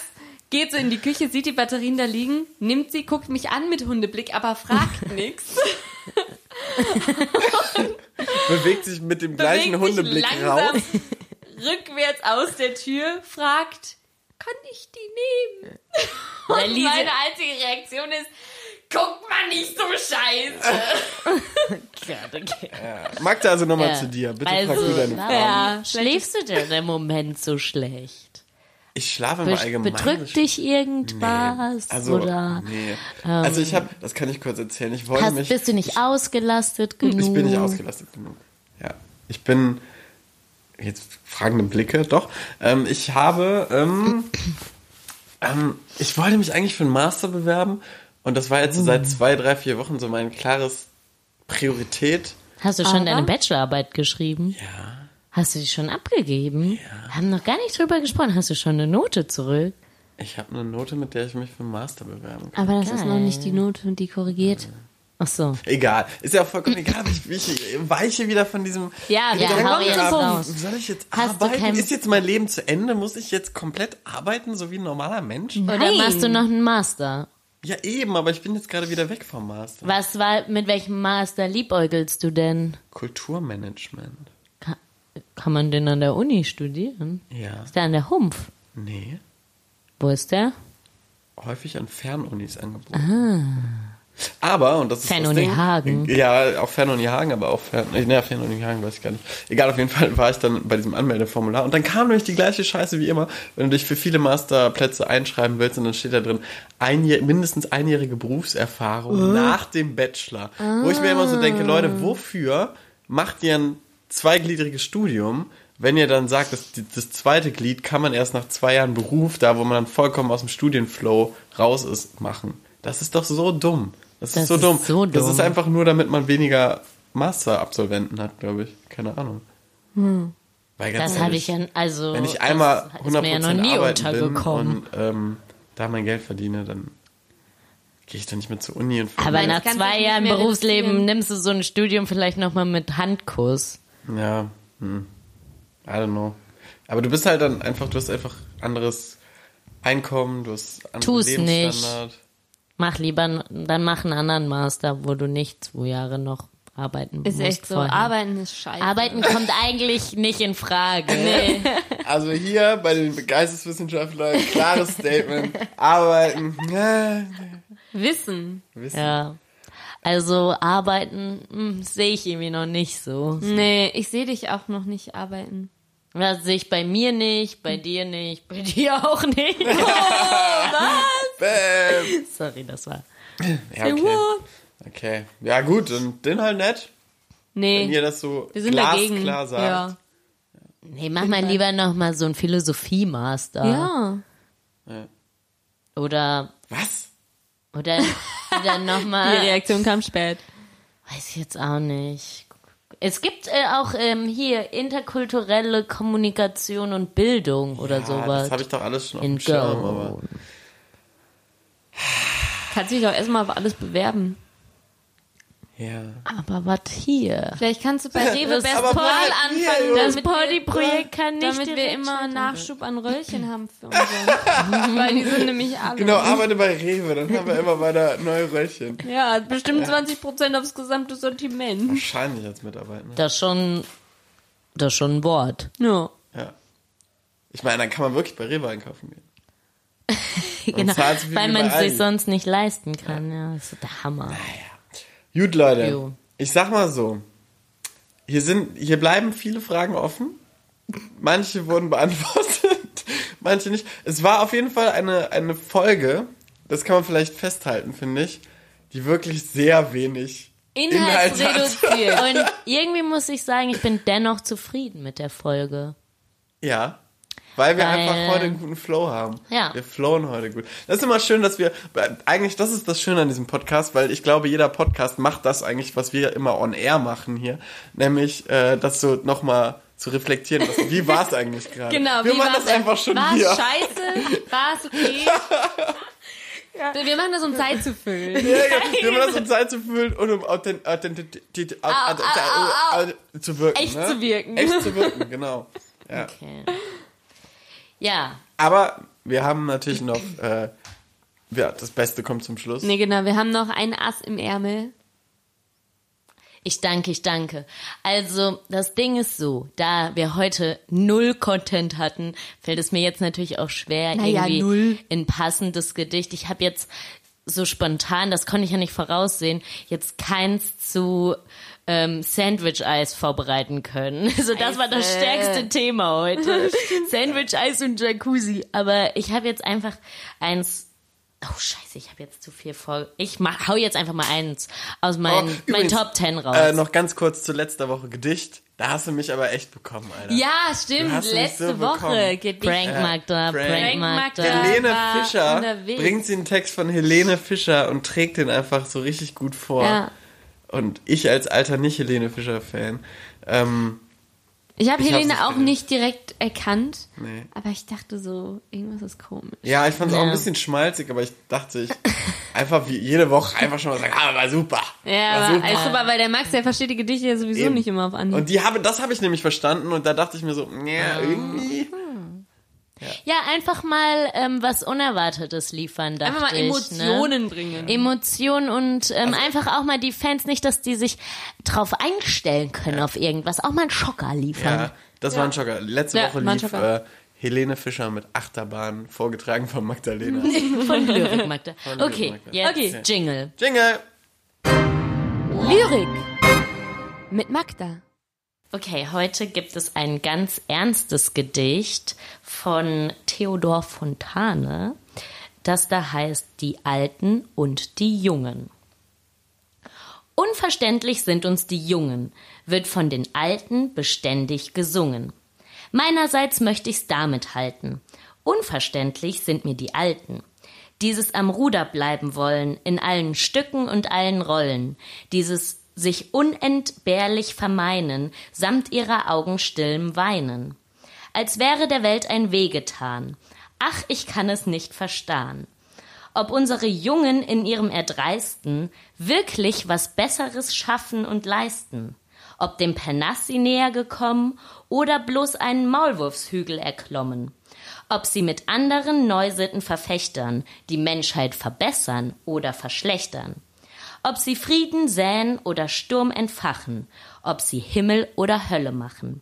[SPEAKER 3] geht so in die Küche, sieht die Batterien da liegen, nimmt sie, guckt mich an mit Hundeblick, aber fragt nichts.
[SPEAKER 2] Bewegt sich mit dem gleichen Hundeblick raus.
[SPEAKER 3] rückwärts aus der Tür, fragt, kann ich die nehmen?
[SPEAKER 4] Da
[SPEAKER 3] Und
[SPEAKER 4] Lise-
[SPEAKER 3] meine einzige Reaktion ist, guck mal nicht so scheiße.
[SPEAKER 2] Magda, also nochmal
[SPEAKER 4] Ja.
[SPEAKER 2] zu dir. Bitte
[SPEAKER 4] Also,
[SPEAKER 2] frag du deine Frage.
[SPEAKER 4] warum schläfst du denn im Moment so schlecht?
[SPEAKER 2] Ich schlafe im
[SPEAKER 4] Be
[SPEAKER 2] Allgemeinen.
[SPEAKER 4] bedrückt dich irgendwas?
[SPEAKER 2] also,
[SPEAKER 4] oder Ähm,
[SPEAKER 2] nee. Also ich habe, das kann ich kurz erzählen. Ich wollte
[SPEAKER 4] hast,
[SPEAKER 2] mich.
[SPEAKER 4] bist du nicht ausgelastet genug?
[SPEAKER 2] Ich bin nicht ausgelastet genug. Ja. Ich bin. Jetzt fragende Blicke, doch. Ähm, ich habe. Ähm, ähm, ich wollte mich eigentlich für einen Master bewerben und das war jetzt so
[SPEAKER 4] Hm.
[SPEAKER 2] seit zwei, drei, vier Wochen so mein klares Priorität.
[SPEAKER 4] Hast du schon
[SPEAKER 3] Aber-
[SPEAKER 4] deine Bachelorarbeit geschrieben?
[SPEAKER 2] Ja.
[SPEAKER 4] Hast du die schon abgegeben? Wir haben noch gar nicht drüber gesprochen. Hast du schon eine Note zurück?
[SPEAKER 2] Ich habe eine Note, mit der ich mich für einen Master bewerben kann.
[SPEAKER 3] Aber das ist noch nicht die Note, die korrigiert.
[SPEAKER 4] Ach so.
[SPEAKER 2] Egal. Ist ja auch vollkommen egal, ich, ich weiche wieder von diesem.
[SPEAKER 3] Ja,
[SPEAKER 4] ja,
[SPEAKER 2] Gedanken
[SPEAKER 4] hau jetzt
[SPEAKER 2] ab.
[SPEAKER 4] raus.
[SPEAKER 2] Soll ich jetzt
[SPEAKER 4] Hast du
[SPEAKER 2] arbeiten?
[SPEAKER 4] kein-
[SPEAKER 2] Ist jetzt mein Leben zu Ende? Muss ich jetzt komplett arbeiten, so wie ein normaler Mensch?
[SPEAKER 4] Oder machst du noch einen Master?
[SPEAKER 2] Ja, eben, aber ich bin jetzt gerade wieder weg vom Master.
[SPEAKER 4] Was war, mit welchem Master liebäugelst du denn?
[SPEAKER 2] Kulturmanagement.
[SPEAKER 4] Ka- Kann man den an der Uni studieren?
[SPEAKER 2] Ja.
[SPEAKER 4] Ist der an der Humpf?
[SPEAKER 2] Nee.
[SPEAKER 4] Wo ist der?
[SPEAKER 2] Häufig an Fernunis angeboten. Aber, und das ist
[SPEAKER 4] Ah. Fernuni
[SPEAKER 2] das Ding,
[SPEAKER 4] Hagen.
[SPEAKER 2] Ja, auch Fernuni Hagen, aber auch Fern, nee, Fernuni Hagen weiß ich gar nicht. Egal, auf jeden Fall war ich dann bei diesem Anmeldeformular und dann kam nämlich die gleiche Scheiße wie immer. Wenn du dich für viele Masterplätze einschreiben willst und dann steht da drin, einjähr, mindestens einjährige Berufserfahrung
[SPEAKER 4] Äh?
[SPEAKER 2] nach dem Bachelor. Wo ich mir immer so denke,
[SPEAKER 4] Ah.
[SPEAKER 2] Leute, wofür macht ihr ein zweigliedriges Studium, wenn ihr dann sagt, das, das zweite Glied kann man erst nach zwei Jahren Beruf, da wo man dann vollkommen aus dem Studienflow raus ist, machen. Das ist doch so dumm. Das ist,
[SPEAKER 4] Das
[SPEAKER 2] so,
[SPEAKER 4] ist
[SPEAKER 2] dumm.
[SPEAKER 4] so
[SPEAKER 2] Das ist
[SPEAKER 4] dumm.
[SPEAKER 2] einfach nur, damit man weniger Master-Absolventen hat, glaube ich. Keine Ahnung. Weil ganz
[SPEAKER 4] Das habe
[SPEAKER 2] ehrlich,
[SPEAKER 4] ich ja, also.
[SPEAKER 2] Wenn ich einmal
[SPEAKER 4] das
[SPEAKER 2] 100%
[SPEAKER 4] ist mir ja noch nie
[SPEAKER 2] arbeiten bin
[SPEAKER 4] untergekommen.
[SPEAKER 2] und ähm, da mein Geld verdiene, dann Gehe ich da nicht mehr zur Uni und
[SPEAKER 4] Aber
[SPEAKER 3] das
[SPEAKER 4] nach
[SPEAKER 3] kann sich
[SPEAKER 4] zwei
[SPEAKER 3] nicht
[SPEAKER 4] Jahren
[SPEAKER 3] mehr
[SPEAKER 4] Berufsleben
[SPEAKER 3] reduzieren.
[SPEAKER 4] nimmst du so ein Studium vielleicht nochmal mit Handkurs.
[SPEAKER 2] Ja, hm. I don't know. Aber du bist halt dann einfach, du hast einfach anderes Einkommen, du hast anderen
[SPEAKER 4] Tu's nicht.
[SPEAKER 2] Lebensstandard.
[SPEAKER 4] Mach lieber, dann mach einen anderen Master, wo du nicht zwei Jahre noch arbeiten
[SPEAKER 3] Ist
[SPEAKER 4] musst.
[SPEAKER 3] echt so.
[SPEAKER 4] vorher.
[SPEAKER 3] Arbeiten ist scheiße.
[SPEAKER 4] Arbeiten kommt eigentlich nicht in Frage.
[SPEAKER 3] Nee.
[SPEAKER 2] Also hier bei den Geisteswissenschaftlern, klares Statement. Arbeiten. äh,
[SPEAKER 3] Wissen.
[SPEAKER 2] Wissen.
[SPEAKER 4] Ja. Also arbeiten hm, sehe ich irgendwie noch nicht so.
[SPEAKER 3] Nee, ich sehe dich auch noch nicht arbeiten.
[SPEAKER 4] Das sehe ich bei mir nicht, bei dir nicht, bei dir auch nicht. Oh,
[SPEAKER 2] Bäm.
[SPEAKER 4] Sorry, das war.
[SPEAKER 2] Ja, okay. okay. Ja gut, dann den halt nett. Wenn ihr
[SPEAKER 3] Nee,
[SPEAKER 2] das so
[SPEAKER 3] wir sind dagegen.
[SPEAKER 2] glasklar sagt.
[SPEAKER 3] Ja.
[SPEAKER 4] Nee, mach mal lieber nochmal so ein Philosophie-Master.
[SPEAKER 3] ja.
[SPEAKER 4] Oder,
[SPEAKER 2] Was?
[SPEAKER 4] oder, oder
[SPEAKER 3] Die
[SPEAKER 4] nochmal.
[SPEAKER 3] Reaktion kam spät.
[SPEAKER 4] Weiß ich jetzt auch nicht. Es gibt äh, auch ähm, hier interkulturelle Kommunikation und Bildung oder
[SPEAKER 2] Ah,
[SPEAKER 4] sowas.
[SPEAKER 2] das habe ich doch alles schon auf
[SPEAKER 4] in
[SPEAKER 2] dem Schirm. Aber
[SPEAKER 4] Go.
[SPEAKER 3] Kannst dich doch erstmal auf alles bewerben.
[SPEAKER 2] ja.
[SPEAKER 4] Aber was hier?
[SPEAKER 3] Vielleicht kannst du bei Rewe
[SPEAKER 4] Das
[SPEAKER 3] Best
[SPEAKER 2] aber
[SPEAKER 3] Paul
[SPEAKER 2] bleibt hier,
[SPEAKER 3] anfangen,
[SPEAKER 2] Jungs.
[SPEAKER 3] damit wir-
[SPEAKER 4] Partyprojekt kann nicht
[SPEAKER 3] damit wir
[SPEAKER 4] direkt
[SPEAKER 3] immer
[SPEAKER 4] scheitern.
[SPEAKER 3] Nachschub an Röllchen haben für uns. Weil die sind nämlich alle.
[SPEAKER 2] Genau, arbeite bei Rewe, dann haben wir immer weiter neue Röllchen.
[SPEAKER 3] Ja, hat bestimmt 20% aufs gesamte Sortiment.
[SPEAKER 2] Wahrscheinlich als Mitarbeiter. ne?
[SPEAKER 4] Das ist schon, das ist schon ein Wort.
[SPEAKER 3] Ja.
[SPEAKER 2] Ja. Ich meine, dann kann man wirklich bei Rewe einkaufen gehen.
[SPEAKER 4] Genau,
[SPEAKER 2] zahlst du viel
[SPEAKER 4] weil
[SPEAKER 2] wie
[SPEAKER 4] man es
[SPEAKER 2] bei
[SPEAKER 4] sich
[SPEAKER 2] allen.
[SPEAKER 4] sonst nicht leisten kann. Ja, das ist der Hammer.
[SPEAKER 2] Gut, Leute.
[SPEAKER 4] Jo.
[SPEAKER 2] Ich sag mal so. Hier sind, hier bleiben viele Fragen offen. Manche wurden beantwortet, manche nicht. Es war auf jeden Fall eine, eine Folge, das kann man vielleicht festhalten, finde ich, die wirklich sehr wenig Inhalt hat.
[SPEAKER 4] Inhaltsreduziert. Und irgendwie muss ich sagen, ich bin dennoch zufrieden mit der Folge.
[SPEAKER 2] Ja. Weil wir
[SPEAKER 4] Weil-
[SPEAKER 2] einfach heute einen guten Flow haben.
[SPEAKER 4] Ja.
[SPEAKER 2] Wir flowen heute gut. Das ist immer schön, dass wir, eigentlich, das ist das Schöne an diesem Podcast, weil ich glaube, jeder Podcast macht das eigentlich, was wir immer on air machen hier. Nämlich, äh, das so nochmal zu reflektieren. Was, wie war es eigentlich gerade?
[SPEAKER 3] Genau,
[SPEAKER 2] Wir
[SPEAKER 3] wie
[SPEAKER 2] machen
[SPEAKER 3] war's
[SPEAKER 2] das einfach schon
[SPEAKER 3] War's
[SPEAKER 2] hier.
[SPEAKER 3] scheiße? War's okay? Wir machen das, um Zeit zu füllen.
[SPEAKER 2] Ja, ja, wir machen das, um Zeit zu füllen und um Authent- Authentität au- au- au- au- zu wirken.
[SPEAKER 3] Echt
[SPEAKER 2] ne?
[SPEAKER 3] zu wirken.
[SPEAKER 2] Echt zu wirken, genau. Ja.
[SPEAKER 4] Okay. Ja,
[SPEAKER 2] Aber wir haben natürlich noch, äh, ja, das Beste kommt zum Schluss.
[SPEAKER 3] Nee, genau, wir haben noch ein Ass im Ärmel.
[SPEAKER 4] Ich danke, ich danke. Also, das Ding ist so, da wir heute null Content hatten, fällt es mir jetzt natürlich auch schwer,
[SPEAKER 3] Naja,
[SPEAKER 4] irgendwie
[SPEAKER 3] null.
[SPEAKER 4] in passendes Gedicht. Ich habe jetzt so spontan, das konnte ich ja nicht voraussehen, jetzt keins zu ähm, Sandwich-Eis vorbereiten können. Also das war das
[SPEAKER 3] Scheiße.
[SPEAKER 4] stärkste Thema heute. Sandwich-Eis und Jacuzzi. Aber ich habe jetzt einfach eins... Oh scheiße, ich habe jetzt zu viel vor. Ich mach, hau jetzt einfach mal eins aus
[SPEAKER 3] Oh,
[SPEAKER 4] meinen, meinen
[SPEAKER 2] übrigens,
[SPEAKER 4] Top Ten raus.
[SPEAKER 2] Äh, noch ganz kurz zu letzter Woche Gedicht. Da hast du mich aber echt bekommen, Alter.
[SPEAKER 3] Ja,
[SPEAKER 2] Du
[SPEAKER 3] stimmt.
[SPEAKER 2] hast mich
[SPEAKER 3] Letzte
[SPEAKER 2] so
[SPEAKER 3] Woche
[SPEAKER 2] bekommen.
[SPEAKER 3] geht
[SPEAKER 4] Prank Magda,
[SPEAKER 2] Prank.
[SPEAKER 4] Prank Magda.
[SPEAKER 3] Magda.
[SPEAKER 2] Helene
[SPEAKER 3] war
[SPEAKER 2] Fischer
[SPEAKER 3] unterwegs.
[SPEAKER 2] bringt sie einen Text von Helene Fischer und trägt den einfach so richtig gut vor.
[SPEAKER 3] Ja.
[SPEAKER 2] Und ich als alter nicht-Helene Fischer-Fan. Ähm,
[SPEAKER 3] Ich habe
[SPEAKER 2] Ich hab's
[SPEAKER 3] Helene
[SPEAKER 2] nicht
[SPEAKER 3] auch
[SPEAKER 2] gesehen.
[SPEAKER 3] nicht direkt erkannt,
[SPEAKER 2] Nee.
[SPEAKER 3] aber ich dachte so, irgendwas ist komisch.
[SPEAKER 2] ja, ich fand es auch
[SPEAKER 4] Ja.
[SPEAKER 2] ein bisschen schmalzig, aber ich dachte, ich einfach wie jede Woche einfach schon mal sagen, ah, war super.
[SPEAKER 3] Ja, aber alles super, weil der Max, der versteht die Gedichte ja sowieso
[SPEAKER 2] Also, Eben.
[SPEAKER 3] nicht immer auf Anhieb.
[SPEAKER 2] Und die habe, das habe ich nämlich verstanden und da dachte ich mir so,
[SPEAKER 3] Ah.
[SPEAKER 2] ja, irgendwie.
[SPEAKER 4] Ja, einfach mal ähm, was Unerwartetes liefern, dachte
[SPEAKER 3] Einfach mal
[SPEAKER 4] ich,
[SPEAKER 3] Emotionen Also
[SPEAKER 4] Ne?
[SPEAKER 3] bringen.
[SPEAKER 4] Emotionen und ähm, einfach auch mal die Fans nicht, dass die sich drauf einstellen können auf irgendwas. Auch mal einen Schocker liefern.
[SPEAKER 2] Ja, Äh, das war ein Schocker. Letzte
[SPEAKER 3] Ja,
[SPEAKER 2] Woche
[SPEAKER 3] war ein
[SPEAKER 2] lief
[SPEAKER 3] Schocker.
[SPEAKER 2] äh, Helene Fischer mit Achterbahn, vorgetragen von Magdalena.
[SPEAKER 4] Von Lyrik, Magda.
[SPEAKER 2] Lyrik,
[SPEAKER 4] Okay,
[SPEAKER 2] Magda.
[SPEAKER 4] jetzt
[SPEAKER 3] Okay.
[SPEAKER 4] Jingle.
[SPEAKER 2] Jingle!
[SPEAKER 3] Lyrik mit Magda.
[SPEAKER 4] Okay, heute gibt es ein ganz ernstes Gedicht von Theodor Fontane, das da heißt Die Alten und die Jungen. Unverständlich sind uns die Jungen, wird von den Alten beständig gesungen. Meinerseits möchte ich's damit halten. Unverständlich sind mir die Alten. Dieses am Ruder bleiben wollen, in allen Stücken und allen Rollen. Dieses sich unentbehrlich vermeinen, samt ihrer Augen stillem Weinen. Als wäre der Welt ein Weh getan. Ach, ich kann es nicht verstahn. ob unsere Jungen in ihrem Erdreisten wirklich was Besseres schaffen und leisten. Ob dem Pernass sie näher gekommen oder bloß einen Maulwurfshügel erklommen. Ob sie mit anderen Neusitten verfechtern, die Menschheit verbessern oder verschlechtern. Ob sie Frieden säen oder Sturm entfachen, ob sie Himmel oder Hölle machen.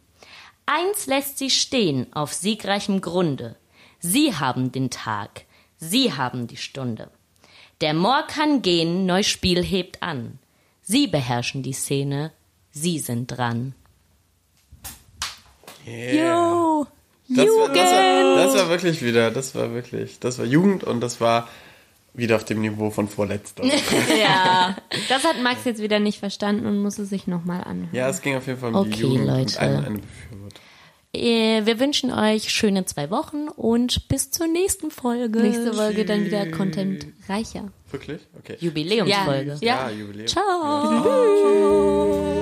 [SPEAKER 4] Eins lässt sie stehen auf siegreichem Grunde. Sie haben den Tag, sie haben die Stunde. Der Moor kann gehen, neu Spiel hebt an. Sie beherrschen die Szene, sie sind dran.
[SPEAKER 2] Yeah.
[SPEAKER 3] Oh,
[SPEAKER 2] Das war, das, war,
[SPEAKER 3] Jugend.
[SPEAKER 2] das war wirklich wieder, das war wirklich, das war Jugend und das war wieder auf dem Niveau von vorletzter.
[SPEAKER 3] ja. Das hat Max jetzt wieder nicht verstanden und muss es sich nochmal anhören.
[SPEAKER 2] ja, es ging auf jeden Fall um die
[SPEAKER 4] Okay,
[SPEAKER 2] Jugend und
[SPEAKER 4] Leute.
[SPEAKER 2] eine, eine Befürwortung.
[SPEAKER 4] Äh, Wir wünschen euch schöne zwei Wochen und bis zur nächsten Folge.
[SPEAKER 3] Nächste Folge dann wieder Content reicher.
[SPEAKER 2] Wirklich? Okay.
[SPEAKER 4] Jubiläumsfolge.
[SPEAKER 3] Ja.
[SPEAKER 2] Jubiläum.
[SPEAKER 4] Ciao.
[SPEAKER 2] Ja. Tschüss.